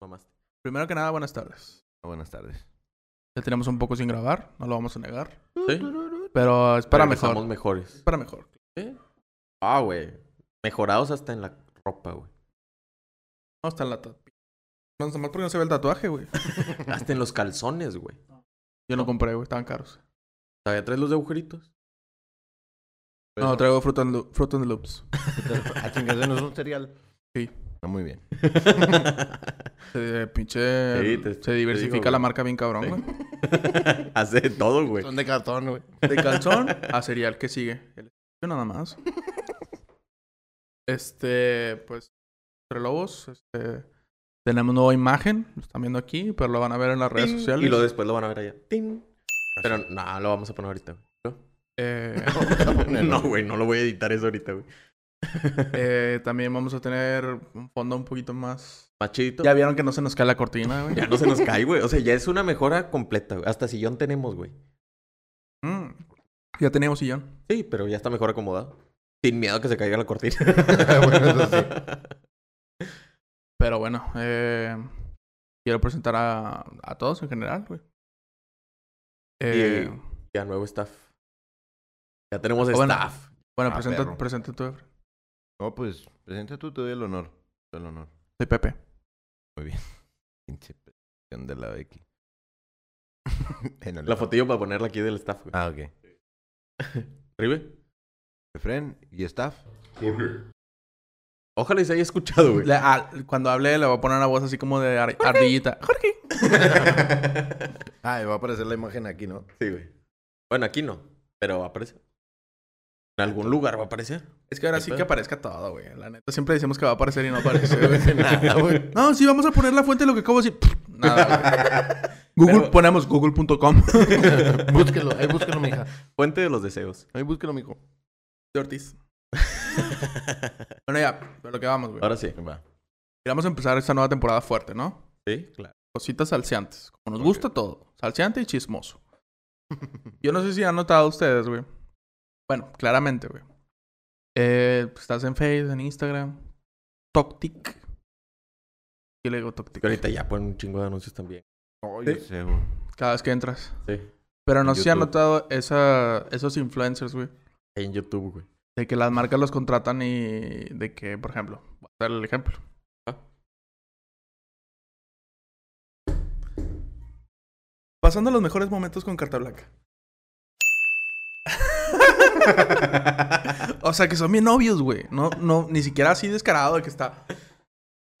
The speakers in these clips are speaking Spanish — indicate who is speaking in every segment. Speaker 1: Mamaste. Primero que nada, buenas tardes.
Speaker 2: Ah, Buenas tardes.
Speaker 1: Ya tenemos un poco sin grabar, no lo vamos a negar.
Speaker 2: Sí.
Speaker 1: Pero es para
Speaker 2: Regresamos
Speaker 1: mejor. Es
Speaker 2: mejores.
Speaker 1: para mejor.
Speaker 2: ¿Sí? Ah, güey. Mejorados hasta en la ropa, güey.
Speaker 1: No está en la tatuaje. No está mal porque no se ve el tatuaje, güey.
Speaker 2: hasta en los calzones, güey.
Speaker 1: Yo no compré, güey. Estaban caros.
Speaker 2: ¿Todavía traes los agujeritos?
Speaker 1: No, traigo Fruit and, Lo- Fruit and Loops.
Speaker 3: A chingados no es un cereal.
Speaker 1: Sí.
Speaker 2: Está muy bien.
Speaker 1: Se, pinche...
Speaker 2: Sí, te-
Speaker 1: se
Speaker 2: te
Speaker 1: diversifica
Speaker 2: digo,
Speaker 1: la
Speaker 2: güey.
Speaker 1: marca bien cabrón, güey.
Speaker 2: Hace de todo, güey.
Speaker 3: Son de cartón, güey.
Speaker 1: De calzón a cereal. ¿Qué sigue? El yo nada más. Este, pues, entre lobos, este... Tenemos nueva imagen, lo están viendo aquí, pero lo van a ver en las redes
Speaker 2: Ting.
Speaker 1: sociales.
Speaker 2: Y lo después lo van a ver allá. Ting. Pero no, lo vamos a poner ahorita, güey.
Speaker 1: Eh,
Speaker 2: No, güey, no lo voy a editar eso ahorita, güey.
Speaker 1: eh, también vamos a tener un fondo un poquito más...
Speaker 2: Machito.
Speaker 1: Ya
Speaker 2: Ya,
Speaker 1: vieron que no se nos cae la cortina, güey.
Speaker 2: no se nos cae, güey. O sea, ya es una mejora completa, güey. Hasta sillón tenemos, güey.
Speaker 1: Mm. Ya teníamos sillón.
Speaker 2: Sí, pero ya está mejor acomodado. Sin miedo a que se caiga la cortina.
Speaker 1: Ah,
Speaker 3: Bueno, eso sí.
Speaker 1: Pero bueno, eh, quiero presentar a, a todos en general, güey. Eh,
Speaker 2: Ya nuevo staff. Ya tenemos
Speaker 1: Ah, bueno.
Speaker 2: staff.
Speaker 1: bueno,
Speaker 3: ah,
Speaker 1: presenta,
Speaker 3: perro.
Speaker 1: presenta tú, Efra.
Speaker 3: No, pues, presenta tú, te doy el honor. Te doy el honor.
Speaker 1: Soy Pepe.
Speaker 3: Pinche presión de la Becky. En el-
Speaker 2: La fotillo para ponerla aquí del staff, güey.
Speaker 3: Ah, ok.
Speaker 2: Ribe.
Speaker 3: Efren y staff.
Speaker 2: Ojalá y se haya escuchado, güey.
Speaker 1: Le- ah, cuando hable le voy a poner una voz así como de ar- ardillita. Jorge.
Speaker 3: Ah, y va a aparecer la imagen aquí, ¿no?
Speaker 2: Sí, güey. Bueno, aquí no, pero aparece. En algún lugar va a aparecer.
Speaker 1: Es que ahora
Speaker 2: ¿Qué
Speaker 1: sí
Speaker 2: pedo?
Speaker 1: que aparezca todo, güey. La neta, siempre decimos que va a aparecer y no aparece, güey.
Speaker 3: Nada, güey.
Speaker 1: No, sí, vamos a poner la fuente de lo que acabo de decir. Pff, Nada, güey. Google,
Speaker 2: Pero-
Speaker 1: ponemos google.com.
Speaker 3: búsquelo, ahí búsquelo, mija.
Speaker 2: Fuente de los deseos.
Speaker 3: Ahí búsquelo, mijo.
Speaker 1: De Ortiz. Bueno, ya, a lo que vamos, güey.
Speaker 2: Ahora sí.
Speaker 3: Va.
Speaker 1: Queremos empezar esta nueva temporada fuerte, ¿no?
Speaker 2: Sí, claro.
Speaker 1: Cositas salseantes. Como nos
Speaker 3: Ok.
Speaker 1: gusta todo. Salseante y chismoso. Yo no sé si han notado ustedes, güey. Bueno, claramente, güey. Eh, pues, estás en Facebook, en Instagram. Toctic. Yo le digo Toctic.
Speaker 2: Que ahorita ya ponen un chingo de anuncios también.
Speaker 3: Ay,
Speaker 1: Sí.
Speaker 3: yo sé, güey.
Speaker 1: Cada vez que entras.
Speaker 2: Sí.
Speaker 1: Pero
Speaker 2: En
Speaker 1: no sé si han
Speaker 2: YouTube.
Speaker 1: notado esa, esos influencers, güey.
Speaker 2: En YouTube, güey.
Speaker 1: De que las marcas los contratan y de que, por ejemplo, voy a dar el ejemplo.
Speaker 2: Ah.
Speaker 1: Pasando los mejores momentos con Carta Blanca. o sea, que son bien obvios, güey. No, no, ni siquiera así descarado de que está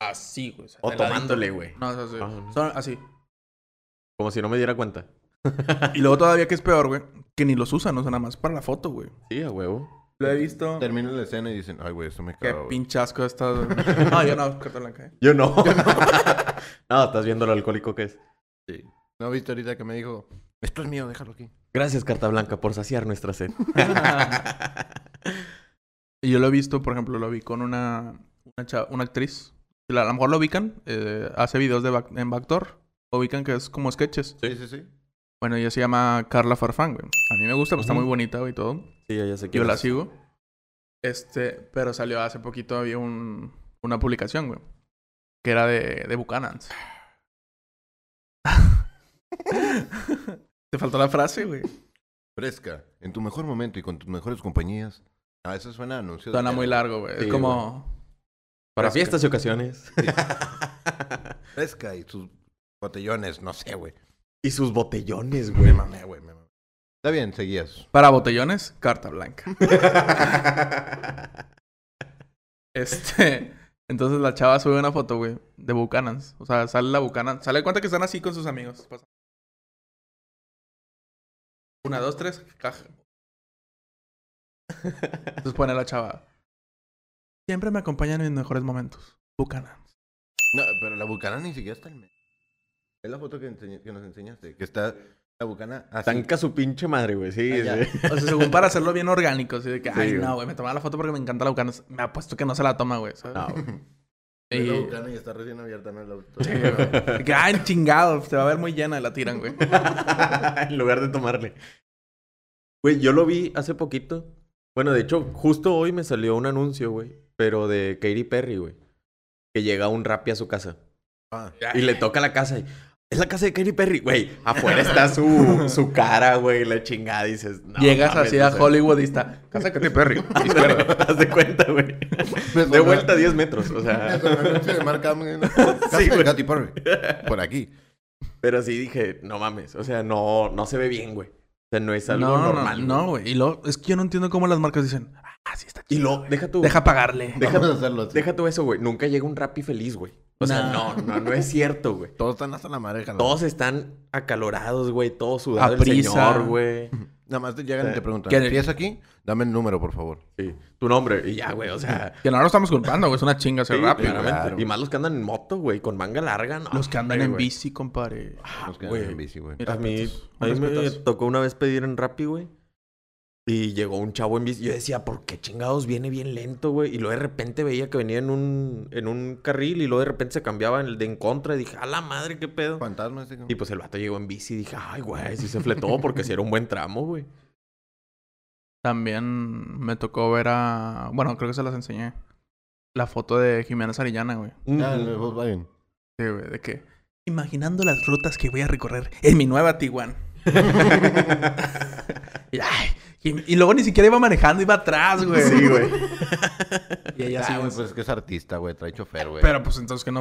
Speaker 1: así, güey. sea,
Speaker 2: O
Speaker 1: de
Speaker 2: tomándole,
Speaker 1: ladito.
Speaker 2: güey.
Speaker 1: No, es así.
Speaker 2: Ah, no.
Speaker 1: Son así.
Speaker 2: Como si no me diera cuenta.
Speaker 1: Y luego todavía que es peor, güey, que ni los usan, o sea, nada más para la foto, güey.
Speaker 2: Sí, a huevo.
Speaker 1: Lo he visto.
Speaker 3: Termina la escena y dicen, ay, güey, esto me
Speaker 1: Qué
Speaker 3: cago. güey.
Speaker 1: pinchasco esta. No, yo no, carta blanca. ¿eh?
Speaker 2: Yo no. no, estás viendo lo alcohólico que es.
Speaker 3: ¿No viste ahorita que me dijo, esto es mío, déjalo aquí?
Speaker 2: Gracias, Carta Blanca, por saciar nuestra sed.
Speaker 1: Y yo lo he visto, por ejemplo, lo vi con una, una, cha- una actriz. La- A lo mejor lo ubican, eh, hace videos de back- en Backdoor. Lo ubican que es como sketches.
Speaker 2: Sí.
Speaker 3: Sí, sí, sí.
Speaker 1: Bueno, ella se llama Carla Farfán, güey. A mí me gusta, pues está
Speaker 2: Ujú.
Speaker 1: muy bonita güey, y todo.
Speaker 2: Sí, ya, ya sé que.
Speaker 1: Yo la sigo. Este, pero salió hace poquito, había un, una publicación, güey. Que era de, de Buchanan's. Te faltó la frase, güey.
Speaker 3: Fresca, en tu mejor momento y con tus mejores compañías. Ah, eso suena a anuncio. de
Speaker 1: Suena
Speaker 3: tele,
Speaker 1: muy
Speaker 3: güey.
Speaker 1: largo, güey. es
Speaker 2: Sí,
Speaker 1: como...
Speaker 2: Para
Speaker 1: Fresca.
Speaker 2: fiestas y ocasiones.
Speaker 3: Fresca y sus botellones, no sé, güey.
Speaker 2: y sus botellones,
Speaker 3: Me
Speaker 2: güey.
Speaker 3: mamé, güey, me mamé. Está bien, seguías.
Speaker 1: Para botellones, carta blanca. Este... Entonces la chava sube una foto, güey, de Buchanan's. O sea, sale la Buchanan. Sale cuenta que están así con sus amigos. Pasa. Una, dos, tres, caja. Entonces pone la chava. Siempre me acompañan en mis mejores momentos. Buchanan's.
Speaker 3: No, pero la bucana ni siquiera está el mes. Es la foto que, enseñ- que nos enseñaste, que está la bucana así.
Speaker 2: Tanca su pinche madre, güey.
Speaker 1: Ah,
Speaker 2: Sí,
Speaker 3: Allá.
Speaker 2: sí.
Speaker 1: O sea, según para hacerlo bien orgánico. Así de que,
Speaker 2: Sí,
Speaker 1: ay,
Speaker 2: güey.
Speaker 1: no, güey, me tomaba la foto porque me encanta la Buchanan's. Me apuesto que no se la toma, güey. ¿sabes?
Speaker 2: No, güey.
Speaker 3: Es la
Speaker 1: Y-
Speaker 3: bucana y está recién abierta, no es la
Speaker 1: Que, ay, chingado, se va a ver muy llena, la tiran, güey.
Speaker 2: en lugar de tomarle. Güey, yo lo vi hace poquito. Bueno, de hecho, justo hoy me salió un anuncio, güey. Pero de Katy Perry, güey. Que llega un rap a su casa.
Speaker 3: Ah.
Speaker 2: Y le toca la casa y... Es la casa de Katy Perry, güey. Afuera está su, su cara, güey, la chingada. Dices, no,
Speaker 1: Llegas
Speaker 2: mames,
Speaker 1: así
Speaker 2: o
Speaker 1: a
Speaker 2: sea,
Speaker 1: Hollywood y está. Casa Katy Perry. izquierda.
Speaker 2: Haz de cuenta, güey. De vuelta 10 metros, o sea.
Speaker 3: de marca
Speaker 2: Sí, güey.
Speaker 3: Katy Perry. Por aquí.
Speaker 2: Pero sí dije, no mames, o sea, no, no se ve bien, güey. O sea, no es algo
Speaker 1: no,
Speaker 2: normal.
Speaker 1: no, no,
Speaker 2: güey.
Speaker 1: güey. Y luego, es que yo no entiendo cómo las marcas dicen. Ah, sí está
Speaker 2: Y
Speaker 1: chido.
Speaker 2: lo, deja tú,
Speaker 1: Deja pagarle.
Speaker 2: Deja-
Speaker 3: Vamos a hacerlo así.
Speaker 2: deja tú eso, güey. Nunca llega un Rappi feliz, güey. O sea,
Speaker 1: No.
Speaker 2: no, no, no es cierto, güey.
Speaker 3: Todos están hasta la madre, carnal.
Speaker 2: Todos están acalorados, güey, todos sudados. El
Speaker 1: Aprisa.
Speaker 2: señor, güey.
Speaker 3: Nada más te llegan y
Speaker 2: Sí.
Speaker 3: te preguntan.
Speaker 1: ¿Qué-
Speaker 3: ¿Empieza aquí? Dame el número, por favor.
Speaker 2: Sí. Tu nombre, y ya, güey, o sea.
Speaker 1: Que no lo estamos culpando, güey. Es una chinga
Speaker 2: sí,
Speaker 1: ser rápido.
Speaker 2: claramente.
Speaker 3: claro.
Speaker 2: Y más los que andan en moto, güey, con manga larga, no.
Speaker 1: Los que andan
Speaker 2: güey,
Speaker 1: en
Speaker 2: güey.
Speaker 1: bici, compadre.
Speaker 2: Ah,
Speaker 3: Los que
Speaker 2: güey.
Speaker 3: andan en bici, güey.
Speaker 1: Mis
Speaker 2: A mí,
Speaker 1: respetos,
Speaker 2: a mí
Speaker 1: mis
Speaker 2: me
Speaker 1: respetos.
Speaker 2: tocó una vez pedir en Rappi, güey. Y llegó un chavo en bici. Yo decía, ¿por qué chingados viene bien lento, güey? Y luego de repente veía que venía en un, en un carril y luego de repente se cambiaba en el de en contra. Y dije, a la madre, qué pedo.
Speaker 3: Fantasma ese. cabrón.
Speaker 2: Y pues el vato llegó en bici y dije, ay, güey, sí se fletó porque sí era un buen tramo, güey.
Speaker 1: También me tocó ver a. Bueno, creo que se las enseñé. La foto de Jimena Sarillana, güey.
Speaker 3: Ah, el Volkswagen.
Speaker 1: Sí, güey, de que. Imaginando las rutas que voy a recorrer en mi nueva Tiguan. Y, ay, y- y luego ni siquiera iba manejando, iba atrás, güey.
Speaker 2: sí, güey.
Speaker 1: Y ella
Speaker 3: Ah,
Speaker 1: sí,
Speaker 3: güey,
Speaker 1: güey.
Speaker 3: pues es que es artista, güey. Trae chofer, güey.
Speaker 1: Pero pues entonces que no.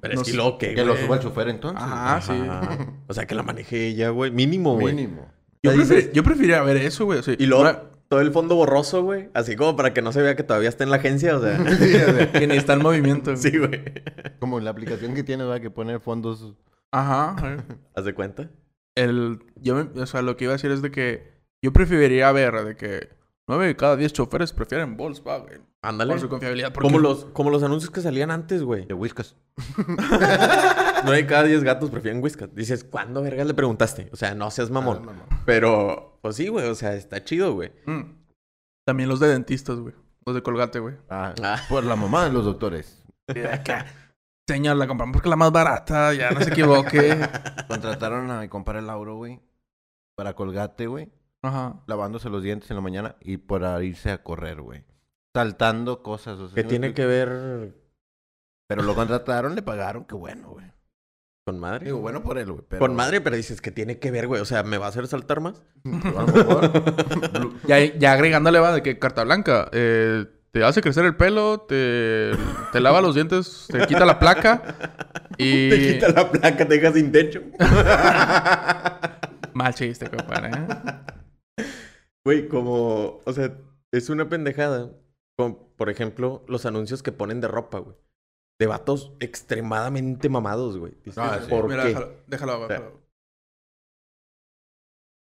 Speaker 2: Pero
Speaker 1: no
Speaker 2: es que
Speaker 1: sé-
Speaker 2: lo que,
Speaker 3: Que lo
Speaker 2: güey.
Speaker 3: suba el chofer entonces.
Speaker 1: Ajá, sí.
Speaker 2: Ajá. O sea, que la manejé ella, güey. Mínimo, güey.
Speaker 3: Mínimo.
Speaker 2: Ya
Speaker 1: Yo, prefer-
Speaker 2: dices-
Speaker 1: yo preferiría ver eso, güey. sí.
Speaker 2: Y luego
Speaker 1: No-
Speaker 2: todo el fondo borroso, güey. Así como para que no se vea que todavía está en la agencia, o sea.
Speaker 3: Sí, o sea,
Speaker 1: Que ni está en movimiento. güey.
Speaker 2: sí, güey.
Speaker 3: como la aplicación que tiene, ¿verdad? Que pone fondos.
Speaker 1: Ajá. güey.
Speaker 2: ¿Haz de cuenta?
Speaker 1: El, yo, me- o sea, lo que iba a decir es de que yo preferiría ver de que 9 de cada 10 choferes prefieren Volkswagen
Speaker 2: Ándale.
Speaker 1: por su confiabilidad. Porque
Speaker 2: Como los, como los anuncios que salían antes, güey.
Speaker 3: De whiskas.
Speaker 2: Nueve de cada diez gatos prefieren whiskas. Dices, ¿cuándo vergas le preguntaste? O sea, no seas
Speaker 3: Ah,
Speaker 2: mamón. Pero, pues sí, güey. O sea, está chido, güey.
Speaker 1: Mm. También los de dentistas, güey. Los de Colgate, güey.
Speaker 3: Ah,
Speaker 2: Ah.
Speaker 3: Por la mamá de los doctores.
Speaker 1: Señor, la compramos porque es la más barata, ya no se equivoque.
Speaker 3: Contrataron a mi compadre Lauro, güey. Para colgate, güey.
Speaker 1: Ajá.
Speaker 3: Lavándose los dientes en la mañana y para irse a correr, güey. Saltando cosas. O sea,
Speaker 2: Que
Speaker 3: ¿sí me
Speaker 2: tiene
Speaker 3: explico?
Speaker 2: que ver
Speaker 3: Pero lo contrataron, le pagaron, qué bueno, güey.
Speaker 2: con madre.
Speaker 3: Digo, bueno por él, güey. pero-
Speaker 2: Con madre, pero dices, ¿qué tiene que ver, güey? O sea, ¿me va a hacer saltar más?
Speaker 3: pero a lo mejor,
Speaker 1: Ya, ya agregándole va de que carta blanca. eh, te hace crecer el pelo, te, te lava los dientes, te quita la placa y...
Speaker 2: Te quita la placa, te deja sin techo.
Speaker 1: Mal chiste, compadre. ¿eh?
Speaker 2: Güey, como, o sea, es una pendejada. Como, por ejemplo, los anuncios que ponen de ropa, güey. De vatos extremadamente mamados, güey. Dices,
Speaker 3: Ah, sí.
Speaker 2: ¿por
Speaker 1: Mira,
Speaker 2: qué?
Speaker 1: déjalo, déjalo, abajo,
Speaker 2: O sea-
Speaker 1: déjalo.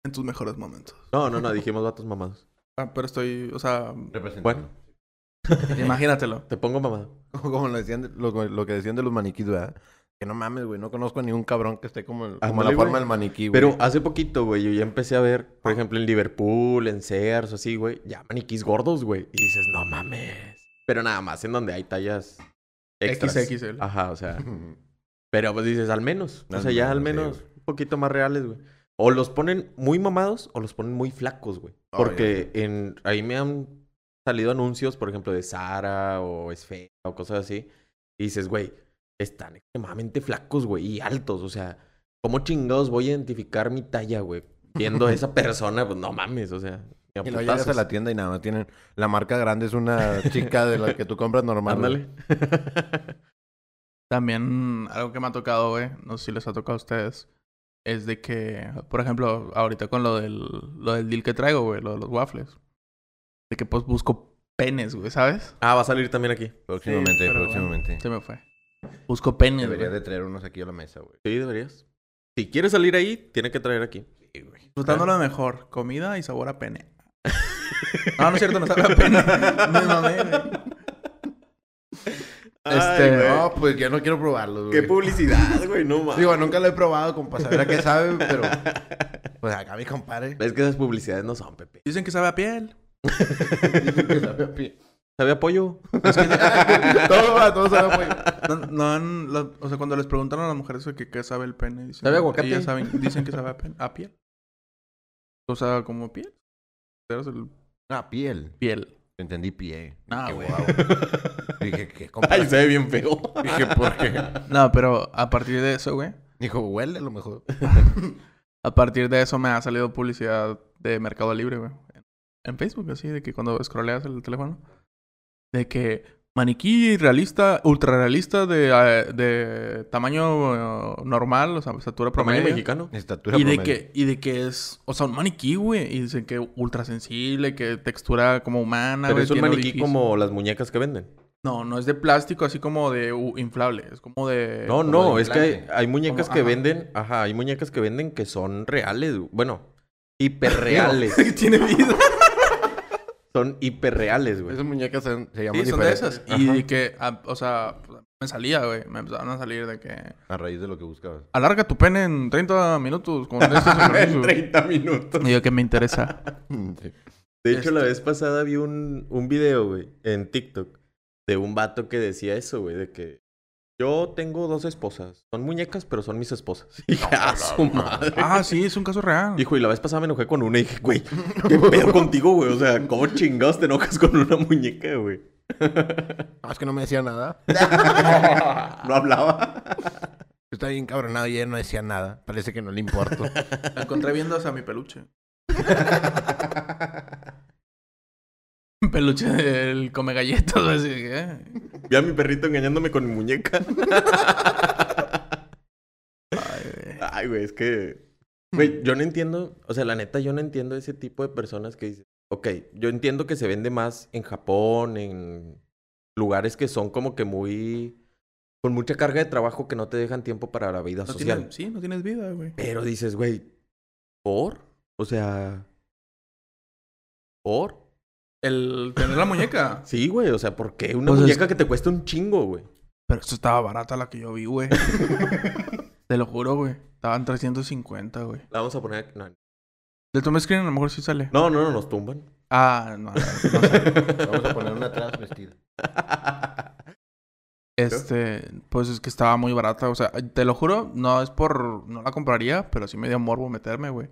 Speaker 1: En tus mejores momentos.
Speaker 2: No, no, no, dijimos vatos mamados.
Speaker 1: Ah, pero estoy, o sea,
Speaker 3: representando.
Speaker 2: Bueno,
Speaker 1: imagínatelo.
Speaker 2: te pongo mamado.
Speaker 3: Como lo, decían de- lo, lo que decían de los maniquís, ¿verdad? Que no mames, güey. No conozco a ningún cabrón que esté como, el- como
Speaker 2: Ándale,
Speaker 3: la forma
Speaker 2: güey.
Speaker 3: del maniquí, güey.
Speaker 2: Pero hace poquito, güey, yo ya empecé a ver, por ejemplo, en Liverpool, en Sears, así, güey, ya maniquís gordos, güey. Y dices, no mames. Pero nada más en donde hay tallas extras.
Speaker 1: XXL.
Speaker 2: Ajá, o sea. Pero pues dices, al menos. o
Speaker 3: Al
Speaker 2: sea, ya al
Speaker 3: menos, sí,
Speaker 2: menos un poquito más reales, güey. O los ponen muy mamados o los ponen muy flacos, güey.
Speaker 3: Oh,
Speaker 2: Porque en, ahí me han salido anuncios, por ejemplo, de Sara o Esfera o cosas así. Y dices, güey, están extremadamente flacos, güey, y altos. O sea, ¿cómo chingados voy a identificar mi talla, güey? Viendo a esa persona, pues no mames, o sea. ni a
Speaker 3: Y luego llegas a
Speaker 2: putazos.
Speaker 3: la tienda y nada más tienen... La marca grande es una chica de la que tú compras normal. güey.
Speaker 2: Ándale.
Speaker 1: También algo que me ha tocado, güey, no sé si les ha tocado a ustedes, es de que, por ejemplo, ahorita con lo del, lo del deal que traigo, güey, lo de los waffles, de que pues busco penes, güey, ¿sabes?
Speaker 2: Ah, va a salir también aquí.
Speaker 3: Próximamente,
Speaker 1: pero bueno.
Speaker 3: próximamente.
Speaker 1: Se me fue. Busco penes,
Speaker 3: Debería
Speaker 1: güey.
Speaker 3: de traer unos aquí a la mesa, güey.
Speaker 2: Sí, deberías. Si quieres salir ahí, tiene que traer aquí.
Speaker 3: Pues,
Speaker 1: Disfrutándolo mejor, comida y sabor a pene. No, no es cierto, no sabe a pene. Me mamé, güey. Este,
Speaker 2: güey.
Speaker 3: No, pues ya no quiero probarlos, güey.
Speaker 2: Qué publicidad, güey, no mames.
Speaker 3: Digo, nunca lo he probado como para saber a qué sabe, pero... Pues acá mi compadre.
Speaker 2: Es que esas publicidades no son, Pepe.
Speaker 1: Dicen que sabe a piel.
Speaker 3: Dice que sabe a pie.
Speaker 2: ¿Sabe apoyo?
Speaker 3: todo va, todo sabe a pollo.
Speaker 1: No, no han- la- o sea, cuando les preguntaron a las mujeres de que qué sabe el pene, dicen,
Speaker 2: ¿Sabe a aguacate?
Speaker 1: ellas saben- dicen que sabe a, pen- a piel. O sea, como piel. Pero es el
Speaker 3: Ah, piel.
Speaker 1: piel.
Speaker 3: Entendí pie.
Speaker 1: Ah,
Speaker 3: Dije,
Speaker 1: güey.
Speaker 3: "Guau". Dije, ¿qué
Speaker 2: Ay,
Speaker 3: compras?
Speaker 2: se ve bien feo.
Speaker 3: Dije, ¿por qué?
Speaker 1: No, pero a partir de eso, güey.
Speaker 3: Dijo, huele a lo mejor.
Speaker 1: A partir de eso me ha salido publicidad de Mercado Libre, güey. En Facebook, así, de que cuando scrolleas el teléfono. De que maniquí realista, ultra realista de, eh, de tamaño eh, normal, o sea, estatura
Speaker 2: Promedio
Speaker 1: promedio.
Speaker 2: mexicano.
Speaker 3: Estatura
Speaker 1: Y de,
Speaker 3: promedio.
Speaker 1: que, y de que es, o sea, un maniquí, güey. Y dicen que ultra sensible, que textura como humana.
Speaker 2: Pero
Speaker 1: güey,
Speaker 2: es un
Speaker 1: tiene
Speaker 2: maniquí
Speaker 1: orificio.
Speaker 2: como las muñecas que venden.
Speaker 1: No, no es de plástico, así como de uh, inflable. Es como de...
Speaker 2: No,
Speaker 3: Eh, como
Speaker 2: no,
Speaker 3: de
Speaker 2: es que hay,
Speaker 3: implante.
Speaker 2: hay muñecas
Speaker 1: Como-
Speaker 2: que
Speaker 1: ajá.
Speaker 2: venden, ajá, hay muñecas que venden que son reales, güey. bueno, hiperreales.
Speaker 1: tiene vida.
Speaker 2: son hiperreales, güey.
Speaker 3: Esas muñecas se, se llaman
Speaker 1: Sí, son de
Speaker 3: diferentes.
Speaker 1: esas.
Speaker 3: Ajá.
Speaker 1: Y de que, ah, o sea, pues, me salía, güey. Me empezaron a salir de que...
Speaker 3: A raíz de lo que buscabas.
Speaker 1: Alarga tu pene en 30 minutos con estos
Speaker 2: En
Speaker 1: ejercicios".
Speaker 2: 30 minutos.
Speaker 1: Y yo que me interesa.
Speaker 3: Sí.
Speaker 2: De hecho, la
Speaker 1: Este-
Speaker 2: vez pasada vi un, un video, güey, en TikTok, de un vato que decía eso, güey, de que yo tengo dos esposas. Son muñecas, pero son mis esposas. Y dije, "Ah, su madre.
Speaker 1: ah, sí, es un caso real.
Speaker 2: Dijo, y la vez pasada me enojé con una y dije, güey, ¿qué pedo contigo, güey? O sea, ¿cómo chingados te enojas con una muñeca, güey?
Speaker 3: No, es que no me decía nada.
Speaker 2: No hablaba.
Speaker 3: Yo estaba bien cabronado y ella no decía nada. Parece que no le importo.
Speaker 1: La encontré viendo hasta mi peluche. peluche del come galletas, así que... ¿eh?
Speaker 2: Vi a mi perrito engañándome con mi muñeca.
Speaker 1: Ay, güey.
Speaker 2: Ay, güey, es que. Güey, yo no entiendo. O sea, la neta, yo no entiendo ese tipo de personas que dicen. Ok, yo entiendo que se vende más en Japón, en lugares que son como que muy. con mucha carga de trabajo que no te dejan tiempo para la vida
Speaker 1: No
Speaker 2: social.
Speaker 1: tienes, sí, no tienes vida, güey.
Speaker 2: Pero dices, güey, ¿por? O sea. ¿Por?
Speaker 1: El tener la muñeca.
Speaker 2: Sí, güey, o sea, ¿por qué una
Speaker 1: Pues es-
Speaker 2: muñeca que te cuesta un chingo, güey?
Speaker 1: Pero esto estaba barata la que yo vi, güey. Te lo juro, güey. Estaban 350, güey.
Speaker 2: La vamos a poner. aquí- No,
Speaker 1: Del tomé screen a lo mejor sí sale.
Speaker 2: no, no, no, nos tumban.
Speaker 1: Ah, no, no, no sé.
Speaker 3: Vamos a poner una atrás vestida.
Speaker 1: Este, pues es que estaba muy barata. O sea, te lo juro, no es por. No la compraría, pero sí me dio morbo meterme, güey.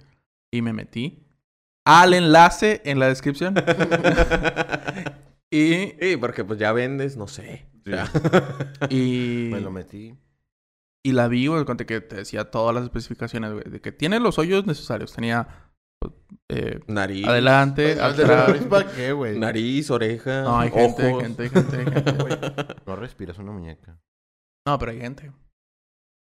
Speaker 1: Y me metí al enlace en la descripción. y,
Speaker 2: Sí, porque pues ya vendes, no sé.
Speaker 3: Sí.
Speaker 2: Ya.
Speaker 1: y,
Speaker 3: Me lo metí.
Speaker 1: y la vi, güey, conté que te decía todas las especificaciones, güey. De que tiene los hoyos necesarios. Tenía. pues, eh,
Speaker 2: Nariz. Pues,
Speaker 1: adelante, atrás.
Speaker 3: ¿Para qué, güey?
Speaker 2: Nariz, oreja,
Speaker 1: No, hay gente, hay
Speaker 2: ojos.
Speaker 1: gente, hay gente, hay gente, güey.
Speaker 3: No respiras una muñeca.
Speaker 1: No, pero hay gente.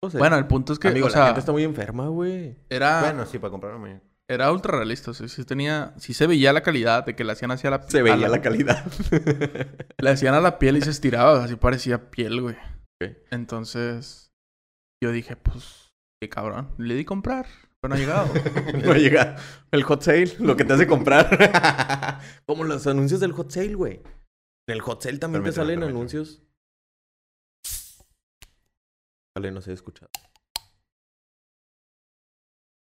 Speaker 2: O sea,
Speaker 1: Bueno, el punto es que,
Speaker 2: amigo,
Speaker 1: o sea,
Speaker 2: la gente está muy enferma, güey.
Speaker 1: era,
Speaker 3: Bueno, sí, para comprar una muñeca.
Speaker 1: era ultra realista. O sea, sí tenía, sí se veía la calidad de que le hacían hacia la
Speaker 2: Se
Speaker 1: a
Speaker 2: veía la, calidad.
Speaker 1: Le hacían a la piel y se estiraba, así parecía piel, güey.
Speaker 2: Ok.
Speaker 1: Entonces, yo dije, pues, qué cabrón. Le di comprar, pero no ha llegado.
Speaker 2: no llega el hot sale, lo que te hace comprar. Como los anuncios del hot sale, güey. En el hot sale también te
Speaker 3: Permíteme,
Speaker 2: salen
Speaker 3: permíteme.
Speaker 2: anuncios. Vale, no se escucha.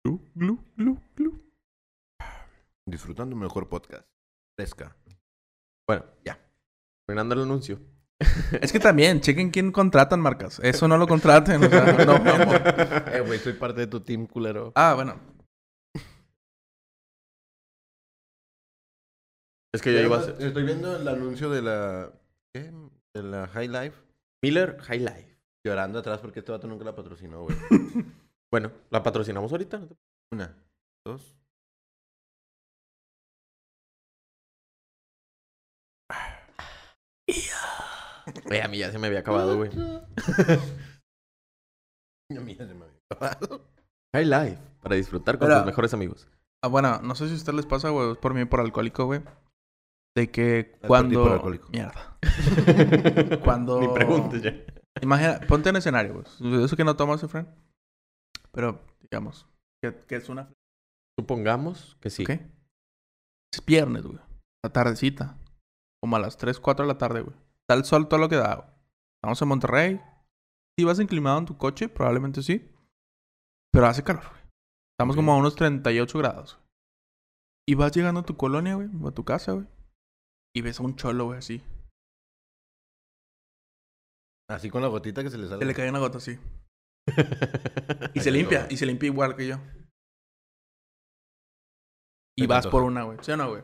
Speaker 1: Glu, glu, glu, glu.
Speaker 3: Disfrutando un mejor podcast. Fresca.
Speaker 2: Bueno, ya. Terminando el anuncio.
Speaker 1: Es que también, chequen quién contratan marcas. Eso no lo contraten. o sea, no, no, no.
Speaker 3: Eh, güey, soy parte de tu team, culero.
Speaker 1: Ah, bueno.
Speaker 2: Es que yo iba a hacer.
Speaker 3: Estoy viendo el anuncio de la... ¿Qué? De la High Life.
Speaker 2: Miller High Life.
Speaker 3: Llorando atrás porque este vato nunca la patrocinó, güey.
Speaker 2: Bueno, la patrocinamos ahorita. ¿no?
Speaker 3: Una, dos.
Speaker 2: Güey, Eh, a mí ya se me había acabado, güey.
Speaker 3: A mí ya se me había acabado.
Speaker 2: High Life. Para disfrutar con
Speaker 1: Mira.
Speaker 2: tus mejores amigos.
Speaker 1: Ah, bueno, no sé si a ustedes les pasa, güey, es por mí, por alcohólico, güey. De que
Speaker 3: ti,
Speaker 1: cuando...
Speaker 3: por alcohólico.
Speaker 1: Mierda. Cuando-
Speaker 2: Ni preguntes ya.
Speaker 1: Imagina, ponte en escenario, güey. Eso que no tomas, Efraín. Pero, digamos, que, que es una...
Speaker 2: Supongamos que sí.
Speaker 1: ¿Ok? Es viernes, güey. La tardecita. Como a las 3, 4 de la tarde, güey. Está el sol todo lo que da, güey. Estamos en Monterrey. Si vas inclinado en tu coche, probablemente sí. Pero hace calor, güey. Estamos
Speaker 2: Ok.
Speaker 1: como a unos 38 grados, güey. Y vas llegando a tu colonia, güey, o a tu casa, güey. Y ves a un cholo, güey, así.
Speaker 3: Así con la gotita que se le sale.
Speaker 1: Se le cae una gota así. Y se
Speaker 3: Ay,
Speaker 1: limpia,
Speaker 3: cabrón.
Speaker 1: y se limpia igual que yo. Y
Speaker 3: Se te
Speaker 1: vas por una,
Speaker 3: antoja.
Speaker 1: güey. ¿Sí o no, güey?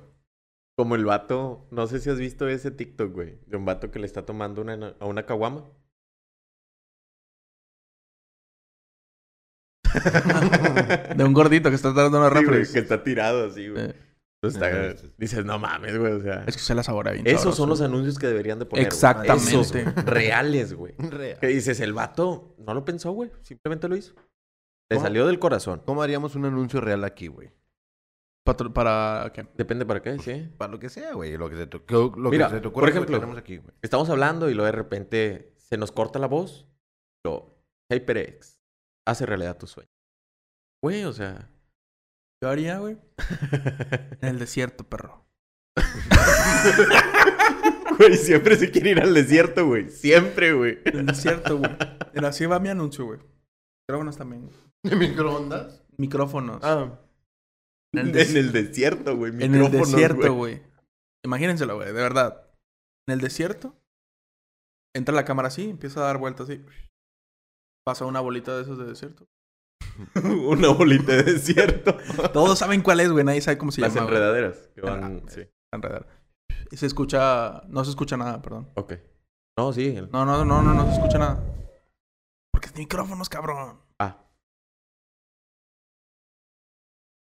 Speaker 2: Como el vato, no sé si has visto ese TikTok, güey, de un vato que le está tomando una, a una caguama.
Speaker 1: De un gordito que está dando una
Speaker 2: Sí, güey,
Speaker 1: reflex.
Speaker 2: que está tirado así, güey.
Speaker 1: Eh.
Speaker 2: Entonces
Speaker 3: Ajá,
Speaker 2: está-
Speaker 3: sí.
Speaker 2: dices, no mames, güey, o sea.
Speaker 1: Es que se la sabora bien.
Speaker 2: Esos
Speaker 1: sabroso.
Speaker 2: son los anuncios que deberían de poner. güey.
Speaker 1: Exactamente.
Speaker 2: Esos reales, güey.
Speaker 3: Real.
Speaker 2: Que dices, el vato no lo pensó, güey. Simplemente lo hizo. Le
Speaker 3: ¿Cómo?
Speaker 2: salió del corazón.
Speaker 3: ¿Cómo haríamos un anuncio real aquí, güey?
Speaker 1: Patro- para qué?
Speaker 2: Depende para qué, sí.
Speaker 3: Para lo que sea, güey. Lo que se te, lo que
Speaker 2: Mira,
Speaker 3: se te
Speaker 2: por
Speaker 3: ocurra, güey,
Speaker 2: ejemplo.
Speaker 3: tenemos aquí, güey.
Speaker 2: Estamos hablando y luego de repente se nos corta la voz. Lo HyperX hace realidad tu sueño. Güey, o sea.
Speaker 1: Yo haría, güey. En el desierto, perro.
Speaker 2: Güey, siempre se quiere ir al desierto, güey. Siempre, güey.
Speaker 1: En el desierto, güey. Pero así va mi anuncio, güey. Micrófonos también. güey.
Speaker 3: ¿De microondas?
Speaker 1: Micrófonos.
Speaker 2: Ah.
Speaker 1: En el
Speaker 2: En
Speaker 1: des-
Speaker 2: el desierto, güey.
Speaker 1: en el
Speaker 2: Micrófonos,
Speaker 1: desierto, güey. Imagínenselo, güey. De verdad. En el desierto. Entra la cámara así, empieza a dar vueltas así. Pasa una bolita de esos de desierto.
Speaker 2: Una bolita de desierto.
Speaker 1: Todos saben cuál es, güey. Nadie sabe cómo se
Speaker 2: Las
Speaker 1: llama. güey.
Speaker 2: enredaderas. que van-
Speaker 1: Ah,
Speaker 2: sí.
Speaker 1: Enredar. Y se escucha. No se escucha nada, perdón.
Speaker 2: Ok. No, sí. el-
Speaker 1: No, no, no, no, no se escucha nada. Porque es micrófonos, cabrón.
Speaker 2: Ah.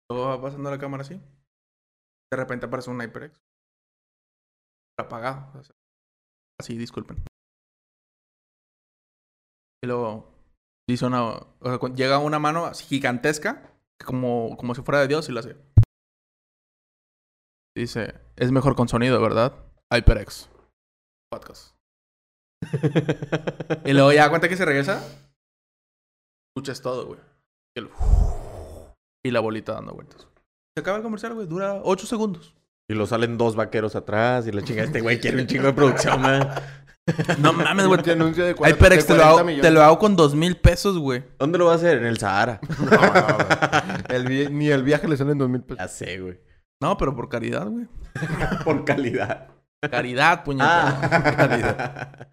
Speaker 1: Luego va pasando la cámara así. De repente aparece un HyperX. Apagado. o sea. Así, disculpen. Y luego dice una. O sea, cu- llega una mano así gigantesca, como, como si fuera de Dios, y la hace. Dice: Es mejor con sonido, ¿verdad? HyperX. Podcast. Y luego ya cuenta que se regresa. Escuchas todo, güey. Y, el- y la bolita dando vueltas. Se acaba el comercial, güey. Dura 8 segundos.
Speaker 2: Y lo salen dos vaqueros atrás y la chinga este güey quiere un chingo de producción, man.
Speaker 1: No
Speaker 2: Ah,
Speaker 1: mames, güey.
Speaker 3: Este anuncio de
Speaker 1: Ay,
Speaker 3: 40,
Speaker 1: Perex, te lo,
Speaker 3: 40
Speaker 1: hago,
Speaker 3: millones.
Speaker 1: te lo hago con dos mil pesos, güey.
Speaker 2: ¿Dónde lo va a hacer? En el Sahara.
Speaker 3: No, no, güey. El vi- ni el viaje le salen dos mil pesos.
Speaker 2: Ya sé, güey.
Speaker 1: No, pero por caridad, güey.
Speaker 2: Por calidad.
Speaker 1: Caridad, puñetera.
Speaker 2: Ah.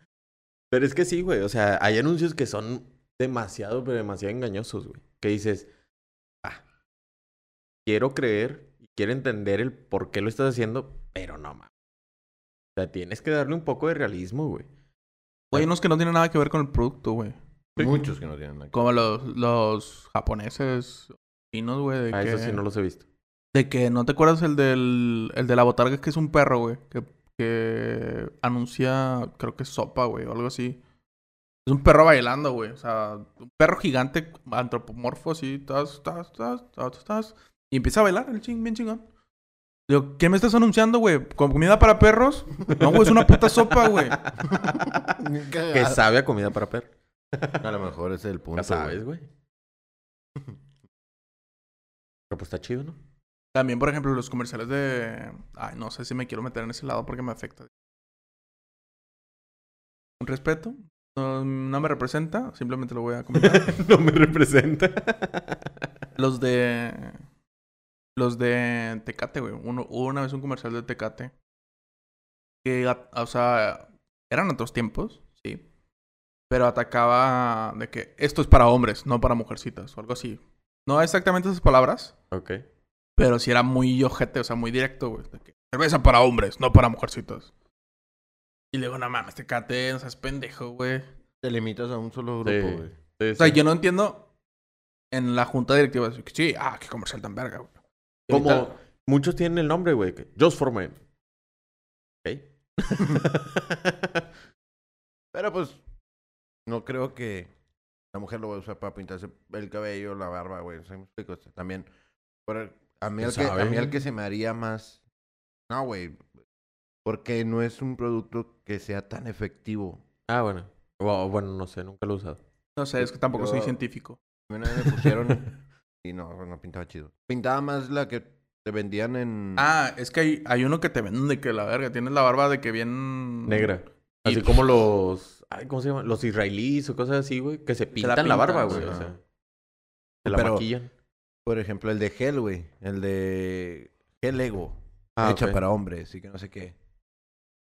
Speaker 2: pero es que sí, güey. O sea, hay anuncios que son demasiado, pero demasiado engañosos, güey. Que dices, ah, quiero creer y quiero entender el por qué lo estás haciendo, pero no, mames. O sea, tienes que darle un poco de realismo, güey.
Speaker 1: Güey, unos que no tienen nada que ver con el producto, güey.
Speaker 3: Muchos que no tienen nada. que-
Speaker 1: Como los, los japoneses, chinos, güey. De,
Speaker 2: A
Speaker 1: que-
Speaker 2: Ah, eso sí no los he visto.
Speaker 1: de que no te acuerdas el del el de la botarga que es un perro, güey. Que, que anuncia, creo que sopa, güey, o algo así. Es un perro bailando, güey. O sea, un perro gigante antropomorfo, así. Tas, tas, tas, tas, tas. Y empieza a bailar el ching, bien chingón. Digo, ¿qué me estás anunciando, güey? ¿Con comida para perros? No, güey, es una puta sopa, güey.
Speaker 2: Que sabe a comida para perro.
Speaker 3: A lo mejor ese es el punto.
Speaker 2: Ya
Speaker 3: güey.
Speaker 2: sabes, güey. Pero pues está chido, ¿no?
Speaker 1: También, por ejemplo, los comerciales de. Ay, no sé si me quiero meter en ese lado porque me afecta. Con respeto, no, no me representa, simplemente lo voy a comentar.
Speaker 2: no me representa.
Speaker 1: los de. Los de Tecate, güey. Uno, hubo una vez un comercial de Tecate. Que, a- o sea, eran otros tiempos, sí. Pero atacaba de que esto es para hombres, no para mujercitas, o algo así. No exactamente esas palabras.
Speaker 2: ok.
Speaker 1: Pero sí era muy ojete, o sea, muy directo, güey. de que, Cerveza para hombres, no para mujercitas. Y le digo, no mames, te cate, no seas pendejo, güey.
Speaker 3: Te limitas a un solo
Speaker 2: Sí.
Speaker 3: grupo, güey.
Speaker 2: Sí,
Speaker 1: O sea,
Speaker 2: sí.
Speaker 1: yo no entiendo en la junta directiva. así que, Sí, ah, qué comercial tan verga, güey. Y
Speaker 2: Como
Speaker 1: ahorita-
Speaker 2: muchos tienen el nombre, güey. que Just for Men. Ok.
Speaker 3: Pero pues, no creo que la mujer lo vaya a usar para pintarse el cabello, la barba, güey. ¿Sí me explico? O sea, también, pero a mí,
Speaker 2: ¿Quién
Speaker 3: el que, a
Speaker 2: sabe?
Speaker 3: mí el que se me haría más... No, güey. Porque no es un producto que sea tan efectivo.
Speaker 2: ah, bueno. Wow, bueno, no sé, nunca lo he usado.
Speaker 1: No sé, es que tampoco soy
Speaker 3: Yo-
Speaker 1: científico.
Speaker 3: A mí Una vez me pusieron y no, no pintaba chido. Pintaba más la que te vendían en...
Speaker 2: Mm.
Speaker 1: Ah, es que hay, hay uno que te venden de que la verga. Tienes la barba de que bien...
Speaker 2: Negra.
Speaker 1: Y-
Speaker 2: Así como los. Ay, ¿Cómo se llaman? Los israelíes o cosas así, güey. Que se
Speaker 1: la
Speaker 2: pintan la, barba,
Speaker 1: pintan,
Speaker 2: güey. O
Speaker 3: sí.
Speaker 2: sea, se la
Speaker 3: Pero-
Speaker 2: maquillan.
Speaker 3: Por ejemplo, el de Hell, güey. El de Hell Ego.
Speaker 2: Ah,
Speaker 3: hecha
Speaker 2: ok.
Speaker 3: para hombres y que no sé qué.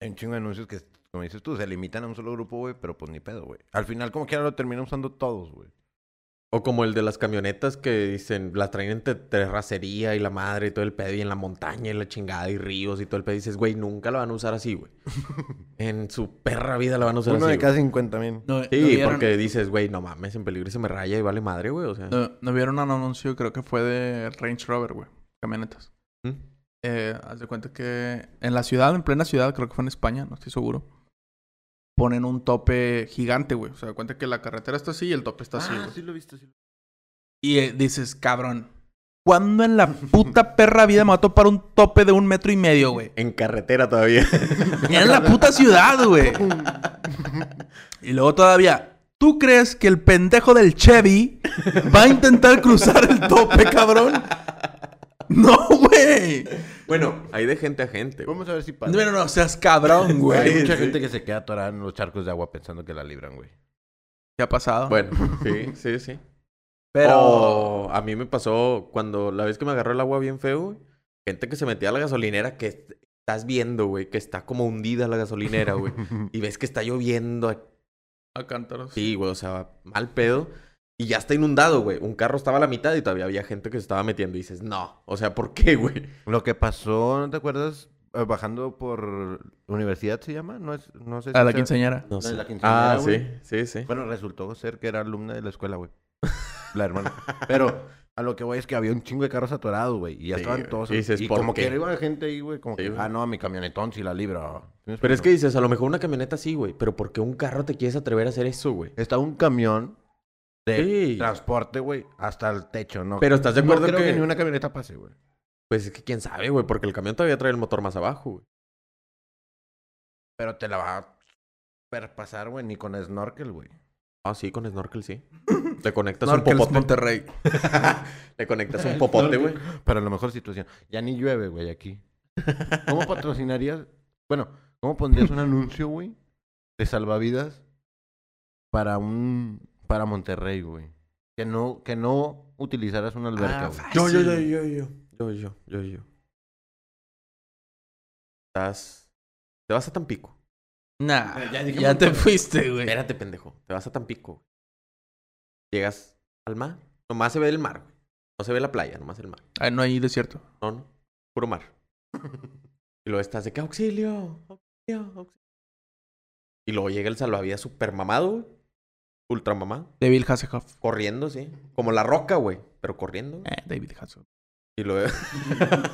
Speaker 3: Hay un chingo de anuncios que, como dices tú, se limitan a un solo grupo, güey, pero pues ni pedo, güey. Al final, como quiera, lo terminan usando todos, güey.
Speaker 2: O como el de las camionetas que dicen, las traen entre terracería y la madre y todo el pedo, y en la montaña y la chingada y ríos y todo el pedo. Y dices, güey, nunca lo van a usar así, güey. en su perra vida la van a usar
Speaker 3: Uno
Speaker 2: así.
Speaker 3: de
Speaker 2: güey.
Speaker 3: cada 50 mil.
Speaker 1: No, ¿no
Speaker 2: Sí,
Speaker 1: vieron-
Speaker 2: porque dices, güey, no mames, en peligro y se me raya y vale madre, güey. O sea,
Speaker 1: No, no vieron un anuncio, creo que fue de Range Rover, güey. Camionetas.
Speaker 2: ¿Mm?
Speaker 1: Eh, haz de cuenta que en la ciudad, en plena ciudad, creo que fue en España, no estoy seguro. Ponen un tope gigante, güey. O sea, cuenta que la carretera está así y el tope está así, güey.
Speaker 3: lo he visto, ah, sí.
Speaker 1: Y eh, dices, cabrón, ¿cuándo en la puta perra vida me va a topar un tope de un metro y medio, güey?
Speaker 2: en carretera todavía.
Speaker 1: En la puta ciudad, güey. Y luego todavía, ¿tú crees que el pendejo del Chevy va a intentar cruzar el tope, cabrón? No, güey.
Speaker 2: bueno, hay de gente a gente. güey.
Speaker 3: Vamos a ver si pasa.
Speaker 1: No, no, no, seas cabrón,
Speaker 3: Hay
Speaker 1: güey.
Speaker 3: mucha
Speaker 2: sí.
Speaker 3: gente que se queda atorada en los charcos de agua pensando que la libran, güey.
Speaker 1: ¿Qué ha pasado?
Speaker 2: Bueno, sí, sí, sí.
Speaker 1: pero...
Speaker 2: O a mí me pasó cuando la vez que me agarró el agua bien feo, güey, gente que se metía a la gasolinera que est- estás viendo, güey, que está como hundida la gasolinera, güey. y ves que está lloviendo a
Speaker 1: A cántaros.
Speaker 2: Sí, güey, o sea, mal pedo. Y ya está inundado, güey. Un carro estaba a la mitad y todavía había gente que se estaba metiendo. Y dices, no. O sea, ¿por qué, güey?
Speaker 3: Lo que pasó, ¿no te acuerdas? Eh, Bajando por universidad se llama, no es, no sé. si
Speaker 1: A la
Speaker 3: sea-
Speaker 1: quinceañera.
Speaker 2: No
Speaker 3: sé. la quinceañera,
Speaker 2: ah, sí,
Speaker 3: güey.
Speaker 2: sí, sí.
Speaker 3: Bueno, resultó ser que era alumna de la escuela, güey. La hermana. Pero a lo que voy es que había un chingo de carros atorados, güey. Y ya
Speaker 2: Sí,
Speaker 3: estaban
Speaker 2: güey.
Speaker 3: todos.
Speaker 2: Y dices,
Speaker 3: y
Speaker 2: ¿por
Speaker 3: como
Speaker 2: qué?
Speaker 3: que era iba gente ahí, güey. Como
Speaker 2: Sí,
Speaker 3: que,
Speaker 2: güey.
Speaker 3: ah, no, mi camionetón sí la libra. ¿Sí me
Speaker 2: Pero es que
Speaker 3: explico?
Speaker 2: dices, a lo mejor una camioneta sí, güey. Pero ¿por qué un carro te quieres atrever a hacer eso, güey?
Speaker 3: Está un camión de
Speaker 2: Sí.
Speaker 3: transporte, güey, hasta el techo, ¿no?
Speaker 2: Pero estás de acuerdo
Speaker 3: no creo
Speaker 2: que...
Speaker 3: que... ni una camioneta pase, güey.
Speaker 2: Pues es que quién sabe, güey. Porque el camión todavía trae el motor más abajo, güey.
Speaker 3: Pero te la va a perpasar, güey, ni con snorkel, güey.
Speaker 2: Ah, sí, con snorkel sí. Le conectas
Speaker 1: Snorkels
Speaker 2: un popote.
Speaker 1: Monterrey.
Speaker 2: Le conectas un popote, güey.
Speaker 3: Para la mejor situación. Ya ni llueve, güey, aquí. ¿Cómo patrocinarías? Bueno, ¿cómo pondrías un anuncio, güey, de salvavidas para un para Monterrey, güey? Que no que no utilizaras una alberca,
Speaker 1: Ah,
Speaker 3: güey.
Speaker 1: fácil.
Speaker 2: Yo, yo, yo, yo, yo. Yo, yo, yo, yo. Estás... Te vas a Tampico.
Speaker 1: Nah,
Speaker 3: Ya
Speaker 1: ya,
Speaker 3: dije
Speaker 1: te
Speaker 3: Monterrey.
Speaker 1: fuiste, güey.
Speaker 2: Espérate, pendejo. Te vas a Tampico. Llegas al mar. Nomás se ve el mar, güey. No se ve la playa, nomás el mar.
Speaker 1: Ay, Ah, no hay desierto.
Speaker 2: No, no. Puro mar. y luego estás de que auxilio, auxilio, auxilio. Y luego llega el salvavidas super mamado, güey. Ultra mamado.
Speaker 1: David Hasselhoff.
Speaker 2: Corriendo, sí. Como la roca, güey. Pero corriendo. güey.
Speaker 1: Eh, David Hasselhoff.
Speaker 2: Y luego... luego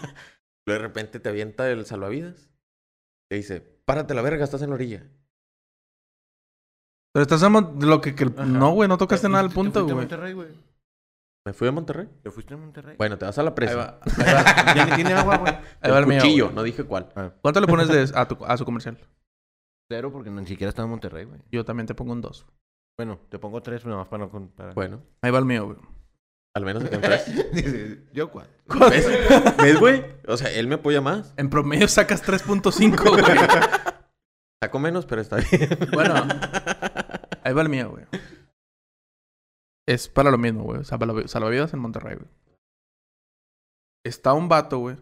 Speaker 2: de repente te avienta el salvavidas. Te dice, párate a la verga, estás en la orilla.
Speaker 1: Pero estás en Mon- lo que... que el-
Speaker 3: Ajá. Eh,
Speaker 1: No, güey, no tocaste
Speaker 3: ¿Te
Speaker 1: nada al
Speaker 3: fuiste-
Speaker 1: punto,
Speaker 3: ¿Te fuiste a
Speaker 1: güey.
Speaker 3: Monterrey, güey?
Speaker 2: ¿Me fui a Monterrey?
Speaker 3: ¿Te fuiste a Monterrey?
Speaker 2: Bueno, te vas a la
Speaker 1: Ahí
Speaker 2: presa.
Speaker 1: va. Ahí va.
Speaker 3: ¿Ya ni tiene agua, güey?
Speaker 1: Ahí va
Speaker 2: El
Speaker 1: el mío,
Speaker 2: cuchillo,
Speaker 1: güey.
Speaker 2: no dije cuál.
Speaker 1: ¿Cuánto le pones de- a, tu- a su comercial?
Speaker 3: Cero porque ni siquiera está en Monterrey, güey.
Speaker 1: Yo también te pongo un 2.
Speaker 3: Bueno, te pongo tres nada más para no con- para-
Speaker 2: Bueno,
Speaker 1: Ahí va el mío, güey.
Speaker 2: al menos acá en tres.
Speaker 3: Dices, Yo cuatro.
Speaker 2: ¿Ves? ¿Ves, güey? O sea, él me apoya más.
Speaker 1: En promedio sacas 3.5, güey.
Speaker 2: Saco menos, pero está bien.
Speaker 1: Bueno, ahí va el mío, güey. Es para lo mismo, güey. Salvavi- Salvavidas en Monterrey, güey. Está un vato, güey.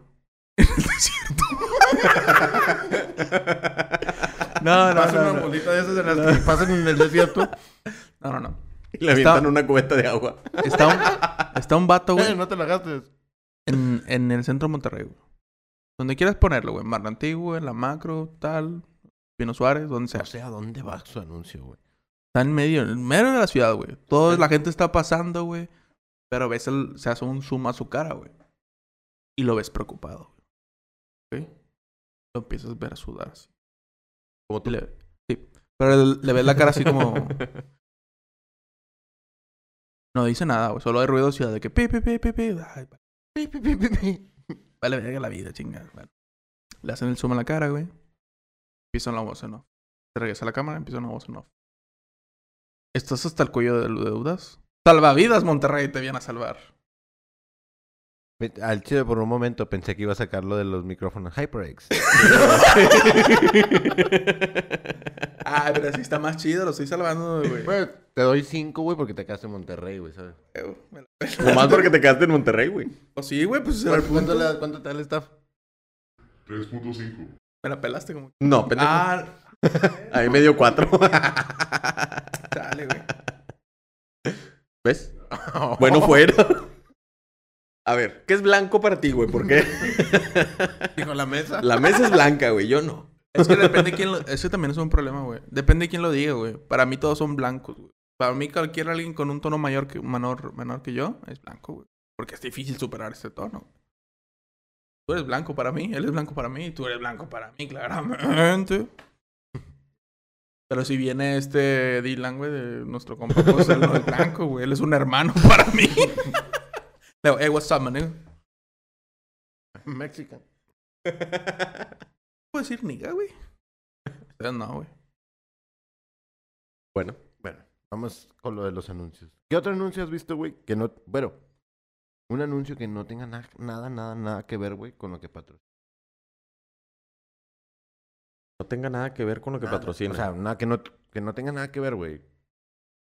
Speaker 1: No, no,
Speaker 3: Pasan
Speaker 1: no,
Speaker 3: una
Speaker 1: no.
Speaker 3: bolita de esas en las que pasan en el desierto.
Speaker 1: No, no, no.
Speaker 2: Y le avientan una cubeta de agua.
Speaker 1: Está un, está un vato,
Speaker 3: Eh,
Speaker 1: güey.
Speaker 3: no te la gastes.
Speaker 1: En, en el centro de Monterrey, güey. Donde quieras ponerlo, güey. Mar Antiguo, en la macro, tal. Pino Suárez, donde sea.
Speaker 3: No sé a dónde va su anuncio, güey.
Speaker 1: Está en medio, en medio de la ciudad, güey. Toda la gente está pasando, güey. Pero ves, el, se hace un zoom a su cara, güey. Y lo ves preocupado, güey. ¿Ok? Lo empiezas a ver a sudar así.
Speaker 2: Como tú.
Speaker 1: Y le- sí. Pero el- le ves la cara así como... No dice nada, güey. Solo hay ruido de ciudad de que... Pi, pi, pi, pi, pi. Ay,
Speaker 3: Pi, pi, pi, pi, pi.
Speaker 1: Vale, verga la vida, chingada. Bueno. Le hacen el zoom a la cara, güey. Empieza una voz en off. Se regresa a la cámara, empieza una voz en off. ¿Estás hasta el cuello de deudas? Salvavidas, Monterrey, te viene a salvar.
Speaker 3: Al chile por un momento pensé que iba a sacar lo de los micrófonos HyperX.
Speaker 1: Ah, pero sí está más chido, lo estoy salvando, güey.
Speaker 3: Bueno, te doy cinco, güey, porque te quedaste en Monterrey, güey, ¿sabes?
Speaker 2: Nomás porque te quedaste en Monterrey, güey.
Speaker 1: Eh, Pues sí, güey, pues era el punto.
Speaker 3: ¿Cuánto, le das- cuánto te da el staff?
Speaker 4: 3.5.
Speaker 1: Me la pelaste como...
Speaker 2: No, pendejo.
Speaker 1: Ah,
Speaker 2: Ahí me dio cuatro.
Speaker 1: dale, güey.
Speaker 2: ¿Ves? Bueno, fuera. A ver, ¿qué es blanco para ti, güey? ¿Por qué?
Speaker 3: Dijo la mesa.
Speaker 2: La mesa es blanca, güey. Yo no.
Speaker 1: Es que depende quién lo... Eso también es un problema, güey. Depende de quién lo diga, güey. Para mí todos son blancos, güey. Para mí cualquier alguien con un tono mayor que... menor, menor que yo es blanco, güey. Porque es difícil superar ese tono. güey. Tú eres blanco para mí, él es blanco para mí, tú eres blanco para mí, claramente. Pero si viene este Dylan, güey, de nuestro compa, pues él no es blanco, güey. Él es un hermano para mí. Le digo, hey, what's up, man? nigga?" No
Speaker 3: Mexican.
Speaker 1: puedo decir nigga, güey. Ustedes no, güey.
Speaker 2: Bueno,
Speaker 3: Bueno, vamos con lo de los anuncios. ¿Qué otro anuncio has visto, güey? Que no. Bueno, un anuncio que no tenga na- nada, nada, nada que ver, güey, con lo que patrocina.
Speaker 2: no tenga nada que ver con lo que
Speaker 3: Nada.
Speaker 2: patrocina.
Speaker 3: Ah, O sea, nada que no, que no tenga nada que ver, güey.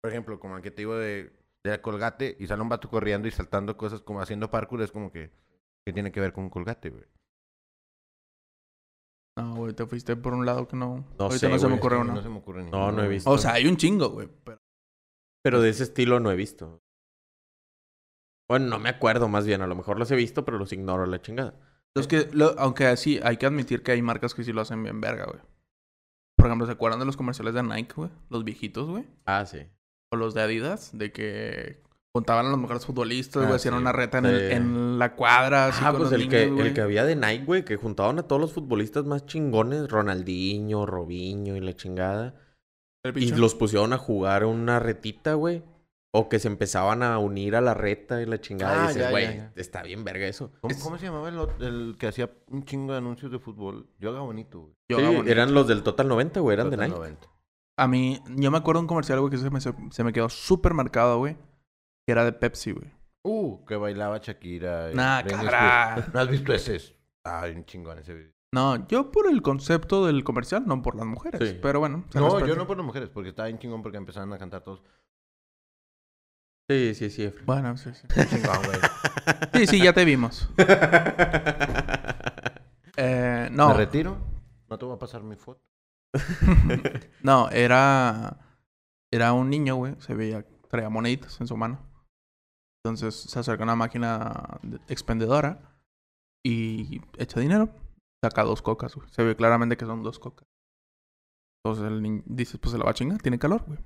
Speaker 3: Por ejemplo, como el que te digo de, de la colgate y sale un vato corriendo y saltando cosas, como haciendo parkour, es como que. ¿Qué tiene que ver con colgate, güey?
Speaker 1: No, güey, te fuiste por un lado que no.
Speaker 2: No
Speaker 1: Ahorita
Speaker 2: sé,
Speaker 1: no se me
Speaker 2: güey.
Speaker 1: ocurrió
Speaker 3: Este, No
Speaker 1: uno.
Speaker 3: se me ocurre
Speaker 2: No,
Speaker 3: ninguno,
Speaker 2: no he
Speaker 3: güey.
Speaker 2: visto.
Speaker 1: O sea, hay un chingo, güey. Pero...
Speaker 2: Pero de ese estilo no he visto. Bueno, no me acuerdo más bien. A lo mejor los he visto, pero los ignoro a la chingada.
Speaker 1: Los que, lo- aunque así, hay que admitir que hay marcas que sí lo hacen bien verga, güey. Por ejemplo, ¿se acuerdan de los comerciales de Nike, güey? Los viejitos, güey.
Speaker 2: Ah, sí.
Speaker 1: O los de Adidas, de que juntaban a los mejores futbolistas,
Speaker 2: Ah,
Speaker 1: güey. hacían
Speaker 2: sí,
Speaker 1: una reta en, el-
Speaker 2: sí.
Speaker 1: en la cuadra, así
Speaker 2: Ah,
Speaker 1: con
Speaker 2: pues
Speaker 1: los
Speaker 2: el, que,
Speaker 1: niños, güey.
Speaker 2: el que había de Nike, güey, que juntaban a todos los futbolistas más chingones, Ronaldinho, Robinho y la chingada.
Speaker 1: El
Speaker 2: Y
Speaker 1: bicho.
Speaker 2: los pusieron a jugar una retita, güey. O que se empezaban a unir a la reta y la chingada.
Speaker 3: Ah,
Speaker 2: y dices,
Speaker 3: ya,
Speaker 2: güey,
Speaker 3: ya,
Speaker 2: está bien verga eso.
Speaker 3: ¿Cómo,
Speaker 1: Es-
Speaker 3: cómo se llamaba el, ot- el que hacía un chingo de anuncios de fútbol? Yoga Bonito, güey.
Speaker 1: Yo,
Speaker 2: Sí,
Speaker 1: ah, bueno,
Speaker 2: eran los del Total 90, güey, eran de
Speaker 3: Los
Speaker 2: Nike.
Speaker 3: 90.
Speaker 1: A mí, yo me acuerdo de un comercial, güey, que se me, se, me quedó súper marcado, güey. Que era de Pepsi, güey.
Speaker 3: Uh, que bailaba Shakira. y
Speaker 1: Nah,
Speaker 3: Britney
Speaker 1: cara.
Speaker 3: Spears. ¿No has visto ese? Ah, un chingón ese video.
Speaker 1: No, yo por el concepto del comercial, no por las mujeres.
Speaker 2: Sí.
Speaker 1: Pero bueno. se
Speaker 3: No,
Speaker 1: respeta.
Speaker 3: yo no por las mujeres, porque estaba bien chingón porque empezaban a cantar todos.
Speaker 2: Sí, sí, sí. Efra.
Speaker 1: Bueno, sí, sí.
Speaker 3: Chingón, güey.
Speaker 1: Sí, sí, ya te vimos. Eh, no.
Speaker 3: Me retiro. No te voy a pasar mi foto.
Speaker 1: no, era. Era un niño, güey. Se veía. Traía moneditas en su mano. Entonces se acerca a una máquina de- expendedora y echa dinero. Saca dos cocas, güey. Se ve claramente que son dos cocas. Entonces el niño dice: Pues se la va a chingar, tiene calor, güey.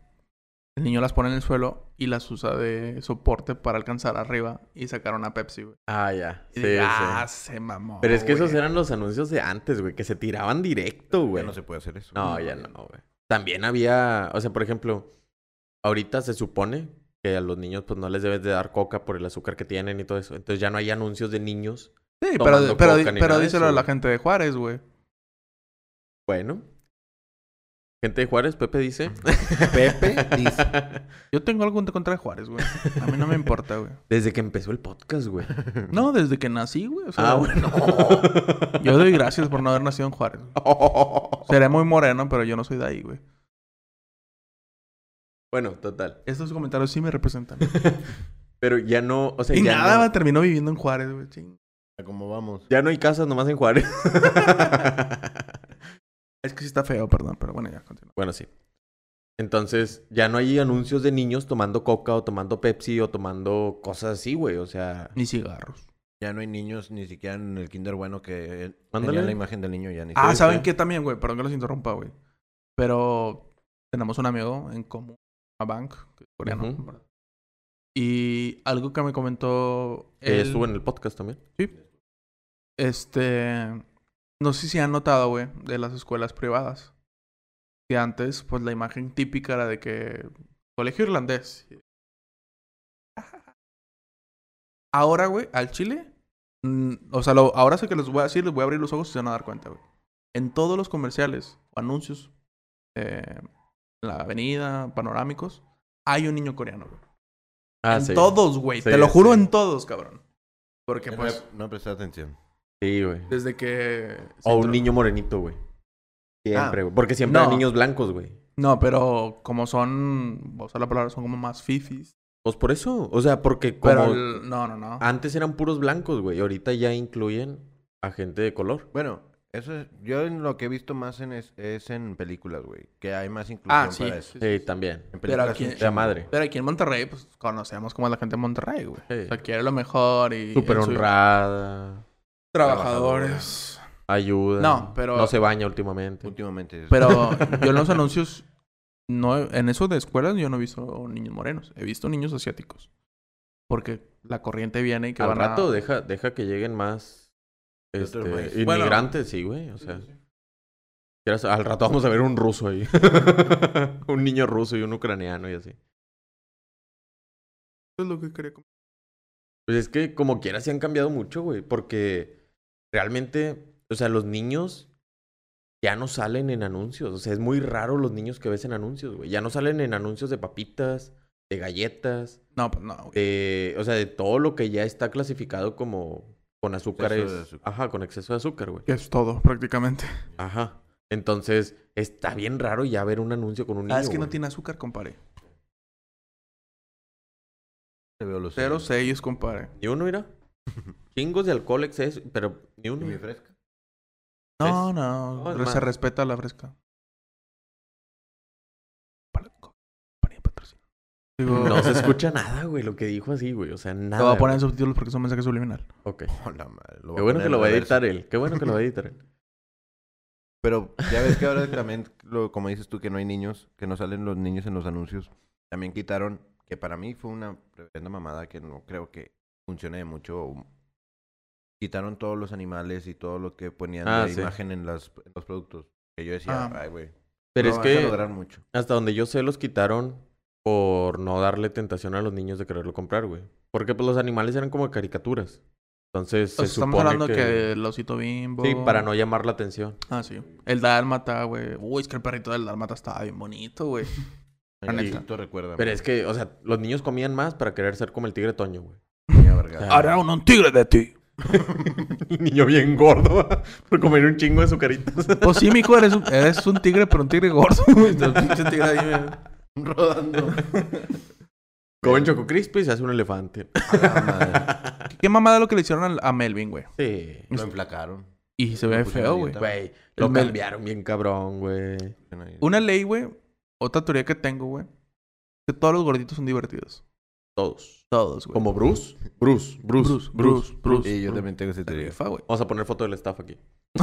Speaker 1: El niño las pone en el suelo y las usa de soporte para alcanzar arriba y sacar una Pepsi, güey.
Speaker 2: ah, ya.
Speaker 1: Y
Speaker 2: Sí,
Speaker 1: digo,
Speaker 2: sí.
Speaker 1: ah, se mamó.
Speaker 2: Pero es que esos
Speaker 1: güey".
Speaker 2: eran los anuncios de antes, güey, que se tiraban directo, güey.
Speaker 3: Ya no se puede hacer eso.
Speaker 2: No, ya no, güey. También había, o sea, por ejemplo, ahorita se supone que a los niños pues no les debes de dar coca por el azúcar que tienen y todo eso. Entonces ya no hay anuncios de niños.
Speaker 1: Sí, pero,
Speaker 2: tomando
Speaker 1: pero,
Speaker 2: coca ni
Speaker 1: pero
Speaker 2: nada de
Speaker 1: díselo
Speaker 2: eso,
Speaker 1: a la
Speaker 2: güey.
Speaker 1: gente de Juárez, güey.
Speaker 2: Bueno. Gente de Juárez, Pepe dice.
Speaker 3: Pepe dice.
Speaker 1: Yo tengo algo en contra de Juárez, güey. A mí no me importa, güey.
Speaker 2: Desde que empezó el podcast, güey.
Speaker 1: No, desde que nací, güey. o sea,
Speaker 2: Ah, bueno.
Speaker 1: Yo doy gracias por no haber nacido en Juárez. güey. Seré muy moreno, pero yo no soy de ahí, güey.
Speaker 2: bueno, total.
Speaker 1: Estos comentarios sí me representan.
Speaker 2: Pero ya no, o sea,
Speaker 1: Y
Speaker 2: ya,
Speaker 1: nada,
Speaker 2: no,
Speaker 1: güey, terminó viviendo en Juárez, güey. ching.
Speaker 3: Como vamos.
Speaker 2: ya no hay casas nomás en Juárez.
Speaker 1: Es que sí está feo, perdón, pero bueno, ya continúa.
Speaker 2: Bueno, sí. Entonces, ya no hay anuncios de niños tomando coca o tomando Pepsi o tomando cosas así, güey. O sea,
Speaker 1: Ni cigarros.
Speaker 3: Ya no hay niños ni siquiera en el kinder bueno que eh,
Speaker 2: Ándale.
Speaker 3: tenían la imagen del niño ya ni
Speaker 1: Ah,
Speaker 2: sí,
Speaker 1: ¿saben
Speaker 2: sí.
Speaker 1: qué también, güey? Perdón que los interrumpa, güey. Pero tenemos un amigo en común, a Bank, que es coreano.
Speaker 2: Ujú.
Speaker 1: ¿verdad? Y algo que me comentó
Speaker 2: que
Speaker 1: él-
Speaker 2: estuvo en el podcast también.
Speaker 1: Este, no sé si han notado, güey, de las escuelas privadas. Que antes, pues la imagen típica era de que colegio irlandés. Ahora, güey, al Chile, mm, o sea, lo- ahora sé que les voy a decir, les voy a abrir los ojos y se van a dar cuenta, güey. En todos los comerciales o anuncios, eh, en la avenida, panorámicos, hay un niño coreano, güey.
Speaker 2: Ah,
Speaker 1: en
Speaker 2: sí.
Speaker 1: todos, güey.
Speaker 2: Sí,
Speaker 1: te lo juro,
Speaker 2: sí.
Speaker 1: en todos, cabrón. Porque,
Speaker 3: No,
Speaker 1: pues,
Speaker 3: no presté atención.
Speaker 2: Sí, güey.
Speaker 1: desde que... se
Speaker 2: O un
Speaker 1: intro-
Speaker 2: niño morenito, güey. Siempre, güey. Porque siempre
Speaker 1: Ah. No.
Speaker 2: hay niños blancos, güey.
Speaker 1: No, pero como son, voy a usar la palabra, son como más fifis.
Speaker 2: Pues por eso. O sea, porque como Ah.
Speaker 1: Pero el- no, no, no.
Speaker 2: antes eran puros blancos, güey. y Ahorita ya incluyen a gente de color.
Speaker 3: Bueno, Eso es, yo en lo que he visto más en es, es en películas, güey. Que hay más inclusión
Speaker 1: Ah, sí.
Speaker 3: para eso.
Speaker 1: sí, sí,
Speaker 2: Sí,
Speaker 1: sí.
Speaker 2: también.
Speaker 1: Pero
Speaker 3: En películas
Speaker 1: aquí-
Speaker 3: un
Speaker 2: De
Speaker 3: chingo.
Speaker 2: la madre.
Speaker 1: Pero aquí en Monterrey, pues conocemos como a la gente de Monterrey, güey.
Speaker 2: Sí.
Speaker 1: O sea, quiere lo mejor y.
Speaker 2: Súper
Speaker 1: en su-
Speaker 2: honrada.
Speaker 1: Trabajadores.
Speaker 2: Ayuda.
Speaker 1: No, pero-
Speaker 2: No se baña últimamente.
Speaker 3: Últimamente. es-
Speaker 1: Pero yo en los anuncios. No, he- en eso de escuelas yo no he visto niños morenos. He visto niños asiáticos. Porque la corriente viene y que
Speaker 2: Al
Speaker 1: van a-
Speaker 2: rato deja, deja que lleguen más
Speaker 3: De otro
Speaker 2: este,
Speaker 3: país.
Speaker 1: Bueno.
Speaker 2: inmigrantes, sí, güey. O sea, quieras- al rato vamos a ver un ruso ahí. un niño ruso y un ucraniano y así.
Speaker 1: Eso es lo que quería comentar.
Speaker 2: Pues es que como quiera se han cambiado mucho, güey, porque realmente, o sea, los niños ya no salen en anuncios, o sea, es muy raro los niños que ves en anuncios, güey. Ya no salen en anuncios de papitas, de galletas,
Speaker 1: No, pues no, güey.
Speaker 2: de, o sea, de todo lo que ya está clasificado como con azúcares,
Speaker 3: de azúcar.
Speaker 2: ajá, con exceso de azúcar, güey.
Speaker 1: Es todo, prácticamente.
Speaker 2: Ajá. Entonces, está bien raro ya ver un anuncio con un niño.
Speaker 1: Ah, es que no
Speaker 2: güey.
Speaker 1: tiene azúcar, compadre.
Speaker 3: Te veo los
Speaker 1: Cero
Speaker 3: sellos.
Speaker 1: sellos, compadre.
Speaker 2: Ni uno, mira. Chingos de alcohol exceso, pero ni
Speaker 3: Y
Speaker 2: uno.
Speaker 3: mi fresca.
Speaker 1: No,
Speaker 2: ¿Ves?
Speaker 1: no.
Speaker 2: No, es
Speaker 1: pero se
Speaker 2: más.
Speaker 1: respeta la fresca. Para- para patrocinar. Digo,
Speaker 2: No se escucha nada, güey, lo que dijo así, güey. O sea, nada.
Speaker 1: Lo voy a poner
Speaker 2: güey.
Speaker 1: en subtítulos porque son mensajes subliminal.
Speaker 2: Ok.
Speaker 3: Hola, madre. voy
Speaker 2: Qué bueno
Speaker 3: a poner
Speaker 2: que lo va a
Speaker 3: reverso.
Speaker 2: editar él. Qué bueno que lo va a editar él.
Speaker 3: Pero ya ves que ahora también, lo, como dices tú, que no hay niños, que no salen los niños en los anuncios. También quitaron, que para mí fue una reverenda mamada que no creo que funcione de mucho. Quitaron todos los animales y todo lo que ponían
Speaker 2: Ah,
Speaker 3: de
Speaker 2: sí.
Speaker 3: imagen en, las, en los productos. Que yo decía,
Speaker 1: Ah.
Speaker 3: ay, güey.
Speaker 2: Pero
Speaker 3: no
Speaker 2: es
Speaker 3: vas a lograr
Speaker 2: que
Speaker 3: mucho.
Speaker 2: hasta donde yo sé los quitaron por no darle tentación a los niños de quererlo comprar, güey. Porque pues los animales eran como caricaturas. Entonces, se
Speaker 1: Entonces,
Speaker 3: Pues,
Speaker 1: Pues, estamos
Speaker 2: supone
Speaker 1: hablando que...
Speaker 2: que...
Speaker 1: el osito bimbo.
Speaker 2: Sí, para no llamar la atención.
Speaker 1: Ah, sí. El dálmata, güey. Uy, es que el perrito del dálmata estaba bien bonito, güey.
Speaker 3: La
Speaker 1: neta.
Speaker 3: neta. recuerda.
Speaker 2: Pero es que, o sea, los niños comían más para querer ser como el tigre Toño, güey. Ah.
Speaker 1: Hará un, un tigre de ti.
Speaker 2: El niño bien gordo, por comer un chingo de sucaritas.
Speaker 1: Pues sí, mijo, eres un, eres un tigre, pero un tigre gordo. güey. Entonces, pinche tigre ahí, güey.
Speaker 3: rodando.
Speaker 2: Comen Choco Crispy y se hace un elefante.
Speaker 3: A la madre.
Speaker 1: Qué mamada lo que le hicieron al- a Melvin, güey.
Speaker 2: Sí.
Speaker 3: Lo enflacaron.
Speaker 1: Y se
Speaker 3: Lo
Speaker 1: ve
Speaker 3: pusieron
Speaker 1: feo,
Speaker 3: a
Speaker 1: güey.
Speaker 3: dieta.
Speaker 2: Güey, lo
Speaker 1: El Mel-
Speaker 2: cambiaron bien cabrón, güey.
Speaker 1: Una ley, güey. Otra teoría que tengo, güey. Que todos los gorditos son divertidos.
Speaker 2: Todos.
Speaker 1: Todos, güey.
Speaker 2: Como Bruce. Bruce, Bruce, Bruce,
Speaker 1: Bruce, Bruce.
Speaker 3: Y yo también tengo esa
Speaker 1: La
Speaker 3: teoría.
Speaker 1: rifa, güey.
Speaker 2: Vamos a poner foto del staff aquí.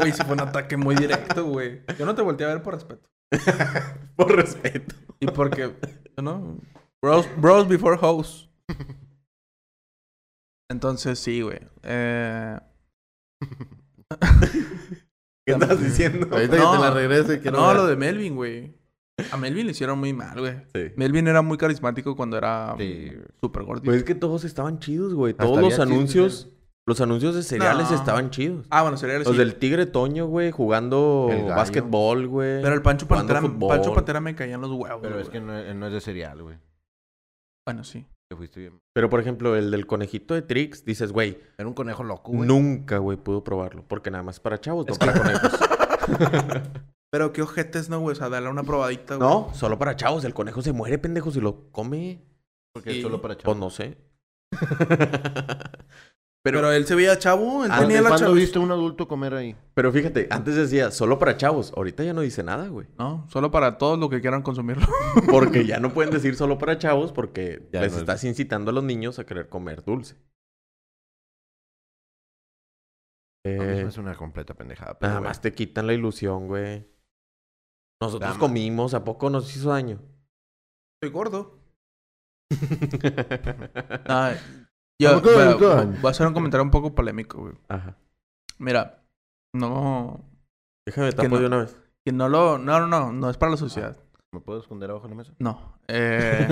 Speaker 1: Uy, sí fue un ataque muy directo, güey. Yo no te volteé a ver por respeto.
Speaker 2: Por respeto.
Speaker 1: Y porque, ¿no? Bros, bros before hoes. Entonces, sí, güey. Eh,
Speaker 2: ¿Qué estás diciendo?
Speaker 3: Ahorita
Speaker 1: No.
Speaker 3: que te la regrese, que
Speaker 1: no,
Speaker 3: no, veas.
Speaker 1: lo de Melvin, güey. A Melvin le hicieron muy mal, güey.
Speaker 2: Sí.
Speaker 1: Melvin era muy carismático cuando era
Speaker 3: Sí.
Speaker 1: súper gordito.
Speaker 2: Pues es que todos estaban chidos, güey.
Speaker 3: Hasta
Speaker 2: Todos
Speaker 3: había
Speaker 2: los
Speaker 3: chistes
Speaker 2: anuncios, los anuncios de cereales
Speaker 1: No.
Speaker 2: estaban chidos.
Speaker 1: ah, bueno, sería
Speaker 2: Los del Tigre Toño, güey, jugando
Speaker 3: El gallo.
Speaker 2: básquetbol, güey.
Speaker 1: Pero el Pancho
Speaker 2: jugando
Speaker 1: Pantera,
Speaker 2: fútbol.
Speaker 1: Pancho Pantera me caían los huevos,
Speaker 3: Pero es
Speaker 1: güey.
Speaker 3: que no, eh, no es de cereal, güey.
Speaker 1: Bueno, sí.
Speaker 3: Te fuiste bien.
Speaker 2: Pero, por ejemplo, el del conejito de Trix, dices, güey,
Speaker 3: Era un conejo loco, güey.
Speaker 2: nunca, güey, pudo probarlo. Porque nada más para chavos, no para conejos.
Speaker 1: Pero qué ojetes, ¿no, güey? O sea, darle una probadita, güey.
Speaker 2: No, solo para chavos. El conejo se muere, pendejo, si lo come.
Speaker 3: Porque es
Speaker 1: Sí.
Speaker 3: solo para
Speaker 2: Pues
Speaker 3: chavos.
Speaker 2: no sé.
Speaker 1: Pero, él se veía chavo, él
Speaker 2: Ah,
Speaker 1: tenía
Speaker 3: ¿Dónde-
Speaker 1: la
Speaker 3: ¿Cuándo
Speaker 1: chavo.
Speaker 3: viste a un adulto comer ahí?
Speaker 2: Pero fíjate, antes decía solo para chavos. Ahorita ya no dice nada, güey.
Speaker 1: No, solo para todos los que quieran consumirlo.
Speaker 2: Porque ya no pueden decir solo para chavos porque
Speaker 3: Ya
Speaker 2: les
Speaker 3: no es-
Speaker 2: estás incitando a los niños a querer comer dulce.
Speaker 3: No,
Speaker 2: Eh,
Speaker 3: es una completa pendejada. Pero
Speaker 2: nada
Speaker 3: bueno.
Speaker 2: más te quitan la ilusión, güey. Nosotros
Speaker 3: Nada más.
Speaker 2: comimos, ¿a poco nos hizo daño?
Speaker 1: Soy gordo.
Speaker 2: Ah,
Speaker 1: Ah, yo,
Speaker 3: Tampoco
Speaker 1: bueno,
Speaker 3: me gustan.
Speaker 1: voy a hacer un comentario un poco polémico, güey.
Speaker 2: Ajá.
Speaker 1: Era, No,
Speaker 2: Déjame
Speaker 1: no.
Speaker 2: tapo de una vez.
Speaker 1: que no lo... No, no, no, no es para la sociedad.
Speaker 3: ¿Me puedo esconder abajo de la mesa?
Speaker 1: No. Eh,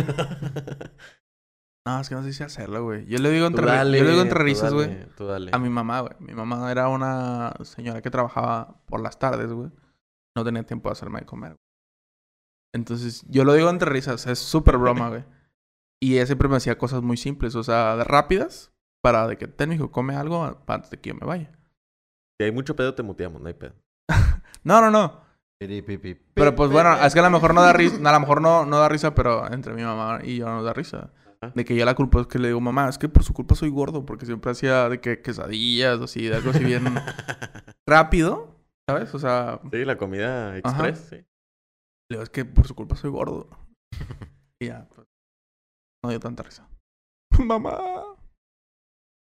Speaker 1: no, es que no sé si hacerlo, güey. Yo le digo
Speaker 2: Tú
Speaker 1: entre, ri-
Speaker 2: dale,
Speaker 1: yo le digo entre
Speaker 2: tú
Speaker 1: risas,
Speaker 2: dale,
Speaker 1: güey.
Speaker 2: Tú dale.
Speaker 1: A mi mamá, güey. Mi mamá era una señora que trabajaba por las tardes, güey. No tenía tiempo de hacerme de comer. güey. Entonces, yo lo digo entre risas. Es súper broma, güey. Y ella siempre me hacía cosas muy simples, o sea, de rápidas. Para de que, ten, hijo, come algo a- antes de que yo me vaya.
Speaker 2: Si hay mucho pedo, te muteamos, no hay pedo.
Speaker 1: No, no, no. pues,
Speaker 3: Piri, pi, pi.
Speaker 1: Pero pues bueno, es que a lo mejor no da risa, a lo mejor no, no da risa, pero entre mi mamá y yo nos da risa.
Speaker 2: Ajá.
Speaker 1: De que ya la culpa es que le digo, mamá, es que por su culpa soy gordo, porque siempre hacía de que quesadillas, así, de algo así bien rápido, ¿sabes? O sea, le
Speaker 2: Sí, la comida
Speaker 1: Ajá.
Speaker 2: express, sí.
Speaker 1: digo, es que por su culpa soy gordo. y ya, pues, no dio tanta risa. mamá.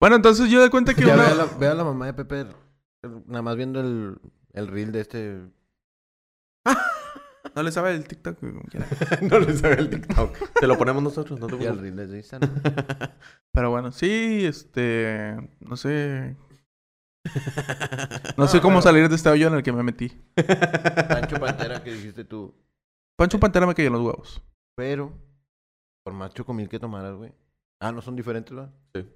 Speaker 1: Bueno, entonces yo de cuenta que
Speaker 3: Ya
Speaker 1: una-
Speaker 3: ve a, la, ve a la mamá de Pepe nada más viendo el, el reel de este...
Speaker 1: no le sabe el TikTok. como quiera.
Speaker 2: no le sabe el TikTok. Te lo ponemos nosotros, no te
Speaker 3: Y el
Speaker 2: preocupes.
Speaker 3: reel de Instagram.
Speaker 1: Pero bueno, sí, este, no sé, no sé cómo salir de este hoyo en el que me metí.
Speaker 3: Pancho Pantera que dijiste tú.
Speaker 1: Pancho Pantera me cayó en los huevos.
Speaker 3: Pero, por más chocomil que tomaras, güey. Ah, ¿no son diferentes, va?
Speaker 2: Sí.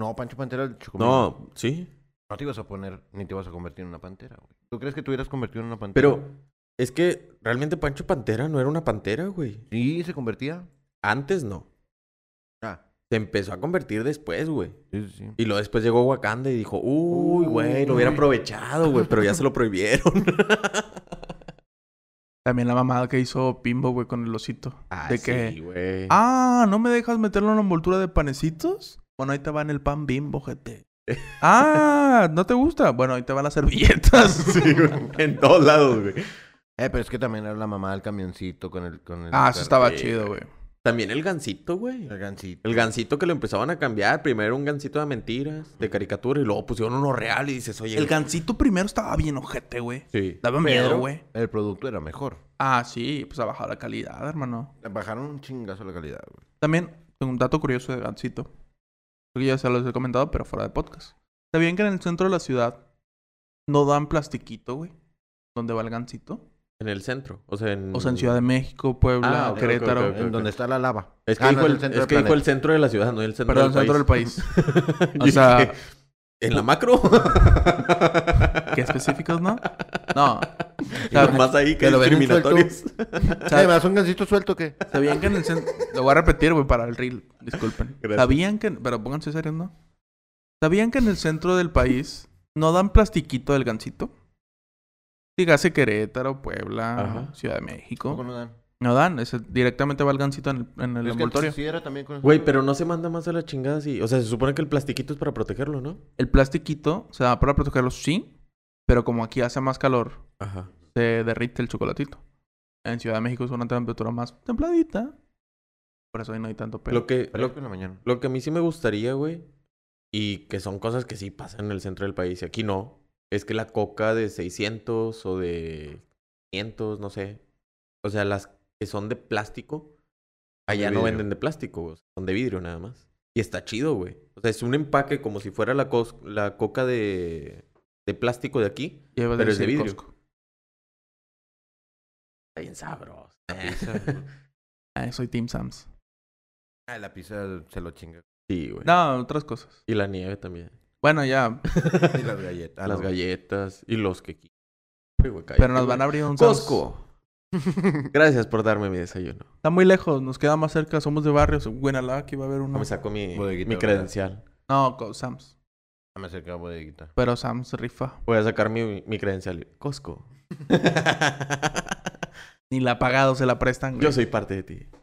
Speaker 3: No, Pancho Pantera, el chocomil.
Speaker 2: No, sí.
Speaker 3: No te ibas a poner, ni te ibas a convertir en una pantera, güey. ¿Tú crees que te hubieras convertido en una pantera?
Speaker 2: Pero es que realmente Pancho Pantera no era una pantera, güey.
Speaker 3: Sí, se convertía.
Speaker 2: Antes no.
Speaker 3: Ah,
Speaker 2: Se empezó a convertir después, güey.
Speaker 3: sí, sí, sí.
Speaker 2: Y luego después llegó Wakanda y dijo, uy, güey, lo hubiera
Speaker 1: Uy.
Speaker 2: aprovechado, güey, pero ya se lo prohibieron.
Speaker 1: También la mamada que hizo Pimbo, güey, con el osito.
Speaker 2: Ah,
Speaker 1: ¿De qué?
Speaker 2: sí, güey.
Speaker 1: Ah, ¿no me dejas meterlo en la envoltura de panecitos? Bueno, ahí te van el pan bimbo, gente. Ah, ¿no te gusta? Bueno, ahí te van las servilletas.
Speaker 2: Sí, güey. En todos lados, güey.
Speaker 3: Eh, pero es que también era la mamá del camioncito con el... Con el
Speaker 1: Ah, eso estaba
Speaker 2: sí,
Speaker 1: chido, güey.
Speaker 2: También el gancito, güey.
Speaker 3: El gancito.
Speaker 2: El gancito que lo empezaban a cambiar. Primero un gancito de mentiras, de caricatura, y luego pusieron uno real y dices, oye.
Speaker 1: El gancito primero estaba bien ojete, güey.
Speaker 2: Sí.
Speaker 1: Daba miedo, güey.
Speaker 3: El producto era mejor.
Speaker 1: Ah, sí, pues ha bajado la calidad, hermano.
Speaker 3: Bajaron un chingazo la calidad, güey.
Speaker 1: También tengo un dato curioso de Gansito. Creo que ya se los he comentado, pero fuera de podcast. ¿Sabían que en el centro de la ciudad no dan plastiquito, güey? ¿Dónde va el Gansito?
Speaker 2: En el centro. O sea, en.
Speaker 1: O sea, en Ciudad de México, Puebla,
Speaker 2: Ah, ok, ok,
Speaker 1: Querétaro.
Speaker 2: ok, ok.
Speaker 3: En donde está la lava.
Speaker 2: Es que,
Speaker 3: Ah, no,
Speaker 2: dijo, el,
Speaker 3: el centro
Speaker 2: es
Speaker 3: del
Speaker 2: que dijo el
Speaker 3: planeta.
Speaker 2: centro de la ciudad, no el centro
Speaker 1: Perdón,
Speaker 2: del
Speaker 1: centro del
Speaker 2: país.
Speaker 1: país.
Speaker 2: Yo
Speaker 1: O sea,
Speaker 2: dije, ¿En la macro?
Speaker 1: qué específicos, ¿no? No.
Speaker 2: Y más ahí que
Speaker 3: que lo ven en
Speaker 2: discriminatorios.
Speaker 3: Eh, ¿me das un gancito suelto o qué?
Speaker 1: Sabían que en el centro... Lo voy a repetir, güey, para el reel. Disculpen.
Speaker 2: Gracias.
Speaker 1: Sabían que... Pero pónganse serios, ¿no? ¿Sabían que en el centro del país no dan plastiquito del gancito? Dígase Querétaro, Puebla,
Speaker 2: Ajá.
Speaker 1: Ciudad de México.
Speaker 3: ¿Cómo no dan?
Speaker 1: No dan, ese directamente va el gancito en el, en el
Speaker 3: Es que
Speaker 1: envoltorio.
Speaker 3: sí era también con el-
Speaker 2: Güey, pero no se manda más a la chingada así. O sea, se supone que el plastiquito es para protegerlo, ¿no?
Speaker 1: El plastiquito se da para protegerlo, sí, pero como aquí hace más calor,
Speaker 2: Ajá.
Speaker 1: se derrite el chocolatito. En Ciudad de México es una temperatura más templadita. Por eso ahí no hay tanto pelo.
Speaker 2: Lo que,
Speaker 3: Pero
Speaker 2: lo,
Speaker 3: en la mañana.
Speaker 2: lo que a mí sí me gustaría, güey, y que son cosas que sí pasan en el centro del país y aquí no, es que la coca de 600 o de 500, no sé. O sea, las que son de plástico, allá no
Speaker 3: vidrio.
Speaker 2: venden de plástico, güey, son de vidrio nada más. Y está chido, güey. O sea, es un empaque como si fuera la, cos- la coca de, de plástico de aquí.
Speaker 1: Lleva
Speaker 2: pero
Speaker 1: del
Speaker 2: es de vidrio.
Speaker 1: Costco.
Speaker 2: Está bien sabroso.
Speaker 1: Ah, soy Team Sam's.
Speaker 3: Ah, la pizza se lo chinga.
Speaker 2: Sí, güey.
Speaker 1: No, otras cosas.
Speaker 2: Y la nieve también.
Speaker 1: Bueno, ya,
Speaker 3: Y las galletas.
Speaker 2: las galletas y los que
Speaker 1: pero nos van a abrir un Sam's.
Speaker 2: Costco. Gracias por darme mi desayuno.
Speaker 1: Está muy lejos, nos queda más cerca, somos de barrios. Buenalá, aquí va a haber uno.
Speaker 2: Me saco mi,
Speaker 3: Bodeguita,
Speaker 2: mi
Speaker 3: ¿verdad?
Speaker 2: credencial.
Speaker 1: No, co- Sam's.
Speaker 3: Me acercaba a bodeguita.
Speaker 1: Pero Sam's rifa.
Speaker 2: Voy a sacar mi, mi credencial. Costco.
Speaker 1: Ni la ha pagado, se la prestan. güey.
Speaker 2: Yo soy parte de ti.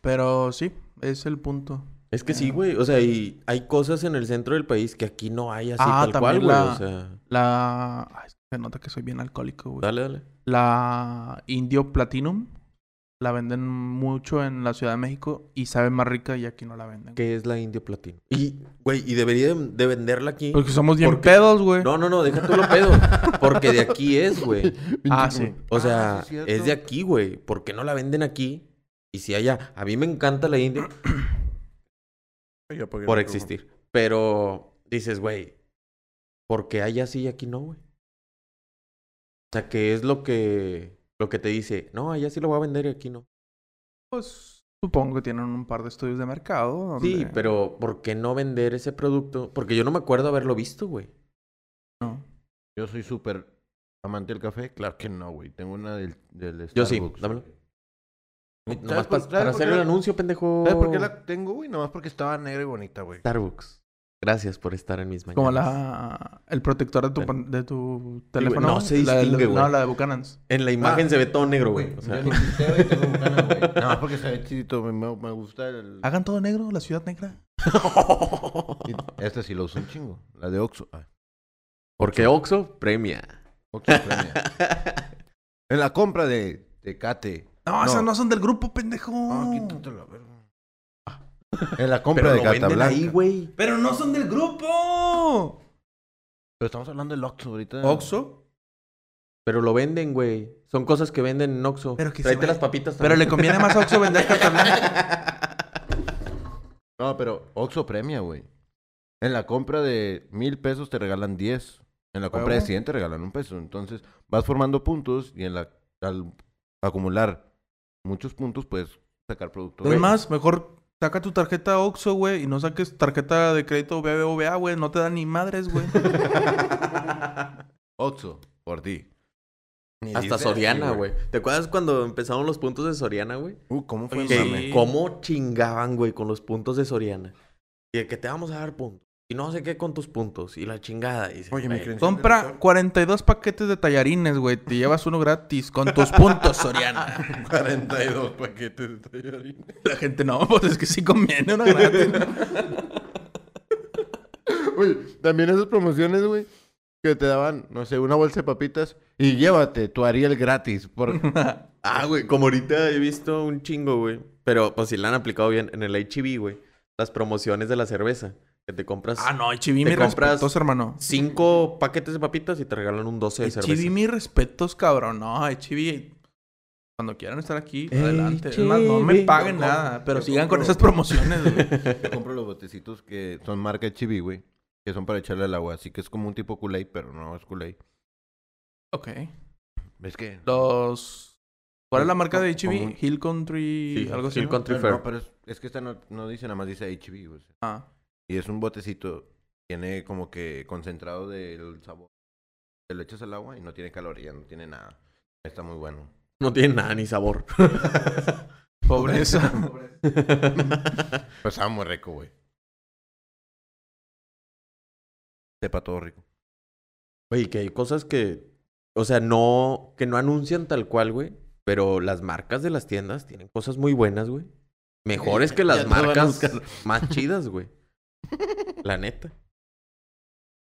Speaker 1: Pero sí, es el punto.
Speaker 2: Es que sí, güey. O sea, y hay cosas en el centro del país que aquí no hay así
Speaker 1: Ah,
Speaker 2: tal cual,
Speaker 1: también
Speaker 2: güey.
Speaker 1: la-
Speaker 2: O sea,
Speaker 1: La. Ay, se nota que soy bien alcohólico, güey.
Speaker 2: dale, dale.
Speaker 1: La Indio Platinum. La venden mucho en la Ciudad de México y sabe más rica y aquí no la venden.
Speaker 2: ¿Qué es la India Platino? Y, güey, y debería de, de venderla aquí.
Speaker 1: Porque somos bien
Speaker 2: Porque-
Speaker 1: pedos, güey.
Speaker 2: No, no, no, deja tú lo pedo. Porque de aquí es, güey.
Speaker 1: Ah, sí.
Speaker 2: O sea,
Speaker 3: Ah, sí es
Speaker 2: es
Speaker 3: cierto.
Speaker 2: de aquí, güey. ¿Por qué no la venden aquí? Y si allá. A mí me encanta la India por existir. Pero dices, güey, ¿por qué allá sí y aquí no, güey? O sea, que es lo que, lo que te dice, no, allá sí lo voy a vender y aquí no.
Speaker 1: Pues supongo que tienen un par de estudios de mercado.
Speaker 2: Sí,
Speaker 1: donde-
Speaker 2: pero ¿por qué no vender ese producto? Porque yo no me acuerdo haberlo visto, güey.
Speaker 1: No.
Speaker 3: Yo soy súper amante del café. Claro que no, güey. Tengo una del, del
Speaker 2: Yo sí,
Speaker 3: Starbucks.
Speaker 2: dámelo.
Speaker 3: ¿Sabes
Speaker 2: Nomás pa-
Speaker 3: por- sabes
Speaker 2: para
Speaker 3: por
Speaker 2: hacer
Speaker 3: qué
Speaker 2: el
Speaker 3: la-
Speaker 2: anuncio, pendejo.
Speaker 3: ¿Sabes por qué la tengo, güey? Nomás porque estaba negra y bonita, güey.
Speaker 2: Starbucks. Gracias por estar en mis mañanas.
Speaker 1: Como la, el protector de tu,
Speaker 2: Bueno.
Speaker 1: pan- de tu teléfono.
Speaker 2: no
Speaker 1: güey.
Speaker 2: se
Speaker 1: La del-
Speaker 2: distingue, güey.
Speaker 1: No, la de Buchanan's.
Speaker 2: En la imagen se ve todo negro, güey. O sea,
Speaker 3: Ah. yo ni pisteo y tengo ganas, güey. Nada más porque se ve chidito, me, me- me gusta el...
Speaker 2: Ah.
Speaker 1: Hagan todo negro, la ciudad negra.
Speaker 3: Esta sí lo uso un chingo, la de Oxxo. Ah,
Speaker 2: Porque Oxxo premia.
Speaker 3: Oxxo Premium. En la compra de Tecate.
Speaker 1: No, esas no son del grupo, pendejo.
Speaker 3: Ah, quítate la verga. Ah. En la compra
Speaker 2: Pero
Speaker 3: de
Speaker 2: lo venden
Speaker 3: Catablanca.
Speaker 2: ahí, güey.
Speaker 1: Pero no son del grupo.
Speaker 3: Pero estamos hablando del Oxxo ahorita.
Speaker 1: Oxo.
Speaker 2: Pero lo venden, güey. Son cosas que venden en Oxxo.
Speaker 1: Pero que se
Speaker 2: Tráete
Speaker 1: vaya-
Speaker 2: las papitas
Speaker 1: Pero le conviene más a Oxo vender Catalán.
Speaker 3: No, pero Oxxo premia, güey. En la compra de mil pesos te regalan diez. En la compra de
Speaker 1: Huevo.
Speaker 3: 100 te regalan un peso. Entonces vas formando puntos y en la, al acumular muchos puntos puedes sacar productos.
Speaker 1: Es más, mejor saca tu tarjeta Oxo, güey, y no saques tarjeta de crédito BBVA, güey. No te dan ni madres, güey.
Speaker 3: Oxxo, por ti. Ni dice
Speaker 2: Hasta
Speaker 3: así,
Speaker 2: Soriana, güey. ¿Te acuerdas cuando empezaron los puntos de Soriana, güey?
Speaker 3: Uh, ¿cómo fue?
Speaker 1: Oye,
Speaker 3: el
Speaker 1: sí.
Speaker 3: mame?
Speaker 2: ¿Cómo chingaban, güey, con los puntos de Soriana? Y de que te vamos a dar puntos. Y no sé qué con tus puntos. Y la chingada. Y dices,
Speaker 3: Oye, mi
Speaker 2: güey,
Speaker 3: credencial de
Speaker 1: Compra
Speaker 3: lector.
Speaker 1: 42 paquetes de tallarines, güey. Te llevas uno gratis con tus puntos, Soriana.
Speaker 3: 42 paquetes de tallarín.
Speaker 1: La gente no, pues es que sí conviene una gratis.
Speaker 3: Uy, también esas promociones, güey, que te daban, no sé, una bolsa de papitas y llévate tu Ariel gratis. Por...
Speaker 2: Ah, güey, como ahorita he visto un chingo, güey. Pero pues si la han aplicado bien en el HB, güey. Las promociones de la cerveza. Que te compras
Speaker 1: Ah, no, Chibi,
Speaker 2: Te
Speaker 1: mis
Speaker 2: compras-
Speaker 1: respetos, hermano.
Speaker 2: cinco paquetes de papitas y te regalan un 12 de cerveza.
Speaker 1: Chibi, mis respetos, cabrón. No, Chibi. Cuando quieran estar aquí, adelante. Es más, no me
Speaker 2: Chibi.
Speaker 1: paguen
Speaker 3: Yo compro-
Speaker 1: nada, pero
Speaker 3: yo
Speaker 1: sigan con
Speaker 3: compro.
Speaker 1: esas promociones, güey.
Speaker 3: Yo compro los botecitos que son marca Chibi, güey, que son para echarle al agua. Así que es como un tipo kool pero no es kool
Speaker 1: Ok.
Speaker 3: ¿Ves qué?
Speaker 1: Los. ¿Cuál es la marca de
Speaker 3: Como un-
Speaker 1: HB? Hill Country.
Speaker 2: Pues, Sí,
Speaker 1: algo así.
Speaker 2: Hill
Speaker 1: ¿no?
Speaker 2: Country
Speaker 3: No,
Speaker 2: Fair.
Speaker 3: no, pero es, es que esta no, no dice, nada más dice HB, güey.
Speaker 1: Ah.
Speaker 3: Y es un botecito, tiene como que concentrado del sabor. Te lo echas al agua y no tiene calorías, no tiene nada. Está muy bueno.
Speaker 2: No tiene nada ni sabor.
Speaker 1: Pobreza.
Speaker 3: Pues estaba muy rico, güey. Sepa todo rico.
Speaker 2: Oye, que hay cosas que, o sea, no, que no anuncian tal cual, güey. Pero las marcas de las tiendas tienen cosas muy buenas, güey. Mejores que
Speaker 3: Ya
Speaker 2: las
Speaker 3: te van a
Speaker 2: marcas
Speaker 3: buscar.
Speaker 2: más chidas, güey. La neta.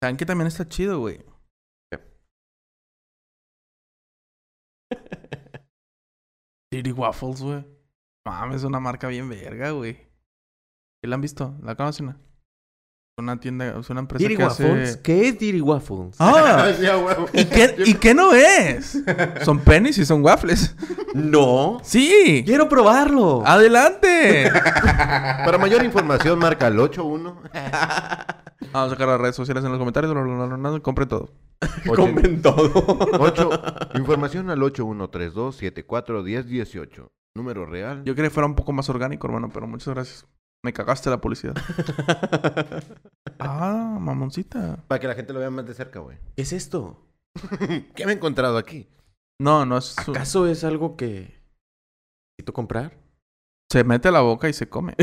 Speaker 1: ¿Saben que también está chido, güey?
Speaker 2: ¿Qué?
Speaker 1: Diddy Waffles, güey. Mames, es una marca bien verga, güey. ¿Qué la han visto? ¿La conocen? Es Una tienda, es una
Speaker 3: Pues,
Speaker 1: empresa
Speaker 2: Diri
Speaker 1: que
Speaker 2: Waffles.
Speaker 1: hace...
Speaker 2: ¿Qué es Diri Waffles?
Speaker 1: ¡Ah!
Speaker 3: Sí, a huevo.
Speaker 1: ¿Y qué, ¿Y qué no es? Son penis y son waffles.
Speaker 2: No. Ah,
Speaker 1: ¡Sí!
Speaker 2: Quiero probarlo.
Speaker 1: ¡Adelante!
Speaker 3: Para mayor información, marca el 81.
Speaker 1: Vamos a sacar las redes sociales en los comentarios. bla, bla, bla, bla, bla, Compren todo.
Speaker 2: Comen todo.
Speaker 3: 8, información al 8132-741018. Número real.
Speaker 1: Yo quería que fuera un poco más orgánico, hermano, pero muchas gracias. Me cagaste la publicidad. ah, mamoncita.
Speaker 3: Para que la gente lo vea más de cerca, güey.
Speaker 2: ¿Qué es esto?
Speaker 3: ¿Qué me he encontrado aquí?
Speaker 1: No, no es.
Speaker 2: ¿Acaso es algo que necesito comprar?
Speaker 1: Se mete a la boca y se come.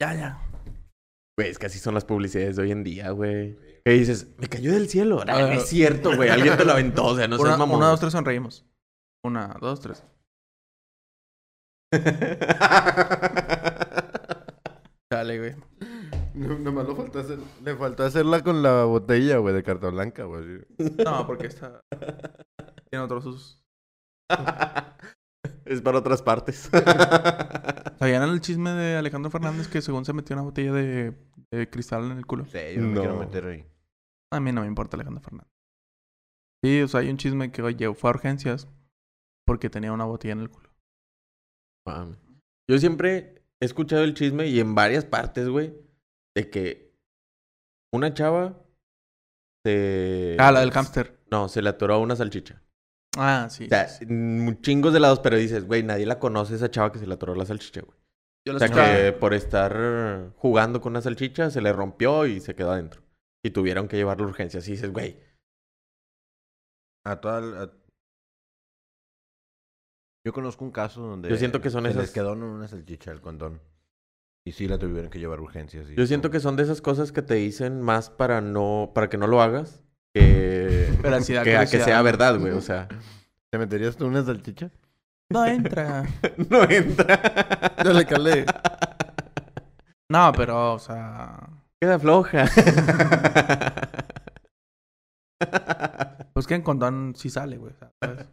Speaker 1: ya, ya.
Speaker 2: Güey, es que así son las publicidades de hoy en día, güey. Que dices, me cayó del cielo. Ah, no es cierto, güey. Alguien te lo aventó. O sea, no
Speaker 1: una,
Speaker 2: seas mamón.
Speaker 1: una, dos, tres, sonreímos. Una, dos, tres. Dale, güey.
Speaker 3: No, nomás lo faltó hacer- le faltó hacerla con la botella, güey, de carta blanca, güey.
Speaker 1: No, porque esta. Tiene otros usos.
Speaker 2: es para otras partes.
Speaker 1: ¿Sabían el chisme de Alejandro Fernández que según se metió una botella de, de cristal en el culo?
Speaker 3: Sí, yo no, me
Speaker 2: No.
Speaker 3: quiero meter ahí.
Speaker 1: A mí no me importa Alejandro Fernández. Sí, o sea, hay un chisme que, oye, fue a urgencias porque tenía una botella en el culo.
Speaker 2: Mami. Yo siempre he escuchado el chisme y en varias partes, güey, de que una chava se...
Speaker 1: Ah, la del hámster.
Speaker 2: No, se le atoró a una salchicha.
Speaker 1: Ah, sí.
Speaker 2: O sea, mm, chingos de lados, pero dices, güey, nadie la conoce esa chava que se le atoró la salchicha, güey.
Speaker 1: Yo
Speaker 2: O
Speaker 1: lo
Speaker 2: sea,
Speaker 1: escuchaba.
Speaker 2: que por estar jugando con una salchicha se le rompió y se quedó adentro. Y tuvieron que llevarlo a urgencias. Y dices, güey,
Speaker 3: A toda la- a- Yo conozco un caso donde...
Speaker 2: Yo siento que son
Speaker 3: se
Speaker 2: esas-
Speaker 3: les quedó en una salchicha el condón. Y sí la tuvieron que llevar a urgencias. y
Speaker 2: Yo siento
Speaker 3: todo.
Speaker 2: que son de esas cosas que te dicen más para no, para que no lo hagas que,
Speaker 1: Pero así da
Speaker 2: que a que
Speaker 1: curiosidad.
Speaker 2: sea verdad, güey. O sea,
Speaker 3: ¿Te meterías tú una salchicha?
Speaker 1: No entra.
Speaker 2: no entra.
Speaker 3: Dale, calé.
Speaker 1: No, pero, o sea.
Speaker 2: Queda floja.
Speaker 1: Pues que en condón sí sale, güey. o sea, ¿sabes?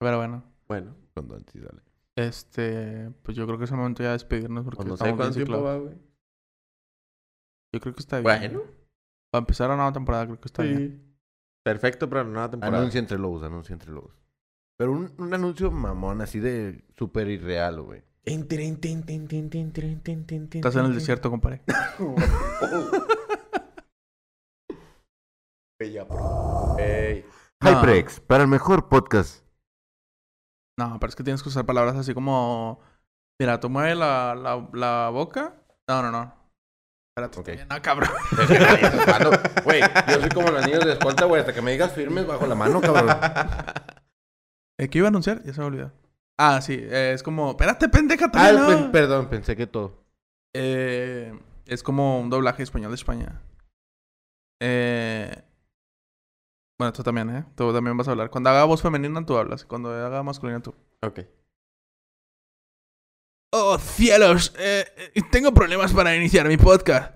Speaker 1: Pero bueno.
Speaker 2: bueno, pues
Speaker 3: Condón, sí, dale.
Speaker 1: Este, pues yo creo que es el momento ya de despedirnos porque
Speaker 2: pues no sé
Speaker 1: estamos
Speaker 2: cuánto
Speaker 1: bien
Speaker 2: tiempo va,
Speaker 1: ciclados.
Speaker 2: güey.
Speaker 1: Yo creo que está bien.
Speaker 2: Bueno,
Speaker 1: Para empezar la nueva temporada creo que está bien.
Speaker 2: sí. Perfecto para la nueva temporada.
Speaker 3: Anuncio entre lobos, anuncio entre lobos. Pero un, un anuncio mamón, así de súper irreal, güey.
Speaker 1: Estás en el desierto, compadre.
Speaker 2: Bella, bro. Ey.
Speaker 1: No.
Speaker 3: Hyprex, para el mejor podcast.
Speaker 1: No, pero es que tienes que usar palabras así como... Mira, tú mueves la, la, la boca. No, no, no. Espérate.
Speaker 3: Ok.
Speaker 1: también, No, cabrón.
Speaker 3: Güey, yo soy como los niños de escolta, güey. Hasta que me digas firmes bajo la mano, cabrón.
Speaker 1: Eh, ¿Qué iba a anunciar? Ya se me olvidó. Ah, sí. eh, es como... Espérate, pendeja,
Speaker 3: Ah,
Speaker 1: también. no".
Speaker 2: pues,
Speaker 3: pe- perdón, pensé que todo.
Speaker 1: Eh, es como un doblaje español de España. Eh, bueno, tú también, ¿eh? Tú también vas a hablar. Cuando haga voz femenina, tú hablas. Cuando haga masculina, tú.
Speaker 2: Ok.
Speaker 1: Oh, cielos. eh, eh, tengo problemas para iniciar mi podcast.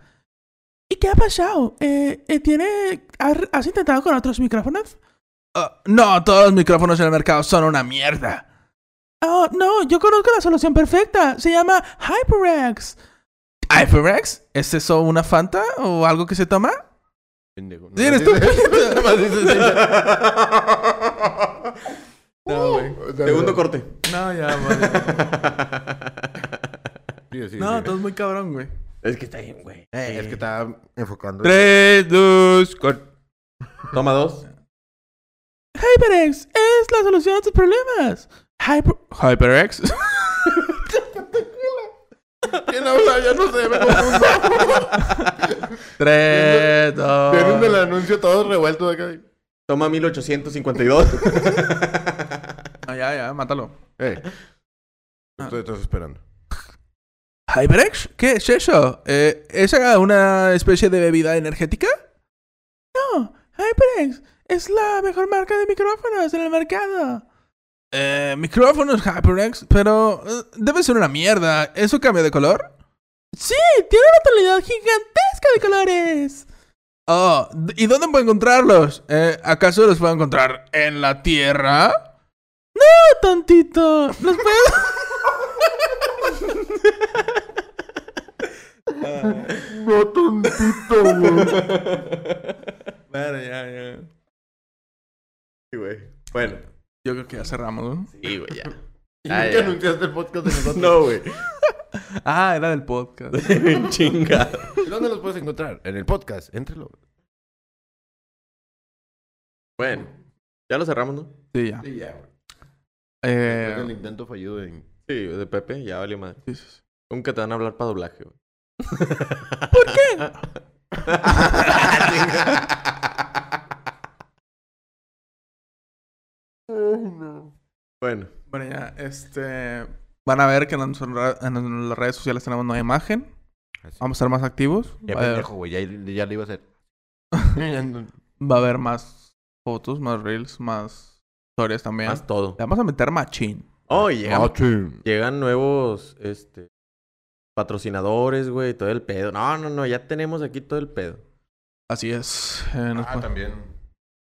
Speaker 1: ¿Y qué ha pasado? Eh, eh, ¿tiene... ¿har- ¿Has intentado con otros micrófonos? "Ah, no, todos los micrófonos en el mercado son una mierda. Oh, no, yo conozco la solución perfecta. Se llama HyperX. ¿HyperX? ¿Es eso una Fanta o algo que se toma?
Speaker 3: Pendejo.
Speaker 1: Sí, eres tú,
Speaker 3: Nada más dices eso.
Speaker 2: No, güey.
Speaker 3: O sea,
Speaker 2: Segundo
Speaker 3: no.
Speaker 2: corte.
Speaker 1: No, ya, vale.
Speaker 3: Sí, sí,
Speaker 1: No,
Speaker 3: sí.
Speaker 1: todo es muy cabrón, güey.
Speaker 2: Es que está bien, güey.
Speaker 3: Eh, Es que estaba enfocando.
Speaker 1: Tres, dos, corte.
Speaker 2: Toma dos.
Speaker 1: HyperX es la solución a tus problemas. Hyper... HyperX.
Speaker 3: ¿Quién habla? Ya no sé, me confundo.
Speaker 1: Tres,
Speaker 3: Tienen el
Speaker 1: dos.
Speaker 3: anuncio todo revuelto acá.
Speaker 2: Toma 1852.
Speaker 1: No, ya, ya, mátalo.
Speaker 3: Eh,
Speaker 1: Ah.
Speaker 3: estoy, estoy esperando.
Speaker 1: ¿HyperX? ¿Qué es eso? Eh, ¿Es acá una especie de bebida energética? No, HyperX es la mejor marca de micrófonos en el mercado. Eh, micrófonos HyperX, pero eh, debe ser una mierda. ¿Eso cambia de color? Sí, tiene una tonalidad gigantesca de colores. Oh, d- ¿y dónde puedo encontrarlos? Eh, ¿Acaso los puedo encontrar en la tierra? No, tantito. Los puedo...
Speaker 3: No tontito, güey.
Speaker 1: Bueno, ya, ya.
Speaker 2: Sí, güey. Bueno.
Speaker 1: Yo creo que ya cerramos, ¿no?
Speaker 2: Sí, güey, ya.
Speaker 3: ¿Y
Speaker 2: Ah,
Speaker 3: nunca
Speaker 2: ya.
Speaker 3: anunciaste el podcast de nosotros?
Speaker 2: No, güey.
Speaker 1: Ah, era del podcast.
Speaker 2: Chinga.
Speaker 3: ¿Dónde los puedes encontrar? En el podcast, entrelo.
Speaker 2: Bueno. Ya lo cerramos, ¿no?
Speaker 1: Sí, ya.
Speaker 3: Sí, ya, güey.
Speaker 1: Eh,
Speaker 3: el intento fallido en...
Speaker 2: Sí, de Pepe, ya valió madre.
Speaker 1: sí, sí, sí.
Speaker 2: Nunca te van a hablar para doblaje, güey.
Speaker 1: ¿Por qué?
Speaker 2: Bueno.
Speaker 1: Bueno, ya, este... Van a ver que en, nuestra- en las redes sociales tenemos nueva imagen.
Speaker 3: Así.
Speaker 1: Vamos a ser más activos.
Speaker 3: Ya
Speaker 1: Va a haber-
Speaker 3: pendejo, güey. Ya, ya le iba a hacer. Ya no-
Speaker 1: va a haber más fotos, más reels, más historias también.
Speaker 2: Haz todo.
Speaker 1: Le vamos a meter machín.
Speaker 2: Oh, y llegan,
Speaker 3: Machín.
Speaker 2: llegan nuevos este, patrocinadores, güey, todo el pedo. No, no, no, ya tenemos aquí todo el pedo.
Speaker 1: Así es. Eh, nos
Speaker 3: Ah,
Speaker 1: pueden-
Speaker 3: también.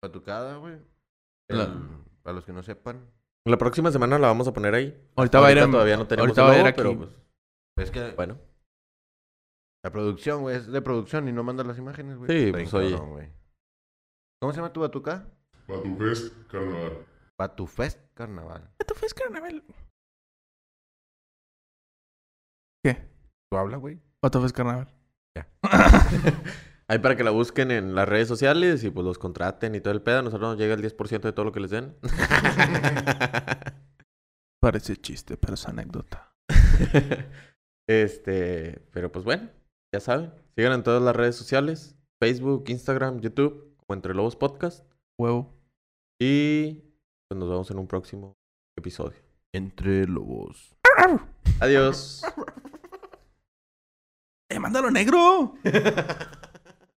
Speaker 3: Patucada, güey. El-
Speaker 1: La-
Speaker 3: Para los que no sepan.
Speaker 2: La próxima semana la vamos a poner ahí.
Speaker 1: Ahorita va a ir en-
Speaker 2: todavía no tenemos
Speaker 1: ahorita
Speaker 2: el
Speaker 1: va a ir
Speaker 2: logo,
Speaker 1: aquí.
Speaker 2: pero pues,
Speaker 3: Es que
Speaker 2: bueno.
Speaker 3: la producción, güey, es de producción y no manda las imágenes, güey.
Speaker 2: Sí,
Speaker 3: Está bien
Speaker 2: pues, oye.
Speaker 3: cabrón, güey. ¿Cómo se llama tu batucada?
Speaker 4: Batufest Carnaval.
Speaker 3: Batufest Carnaval.
Speaker 1: Esto fue carnaval. ¿Qué?
Speaker 3: ¿Tú hablas, güey?
Speaker 1: Esto fue carnaval.
Speaker 2: Ahí para que la busquen en las redes sociales y pues los contraten y todo el pedo. A nosotros nos llega el 10% de todo lo que les den.
Speaker 1: Parece chiste, pero es anécdota.
Speaker 2: este, pero pues bueno, ya saben. Sigan en todas las redes sociales. Facebook, Instagram, YouTube, como Entre Lobos Podcast.
Speaker 1: Huevo.
Speaker 2: Y pues nos vemos en un próximo episodio.
Speaker 3: Entre lobos.
Speaker 2: Adiós.
Speaker 1: mándalo ¡Eh, negro.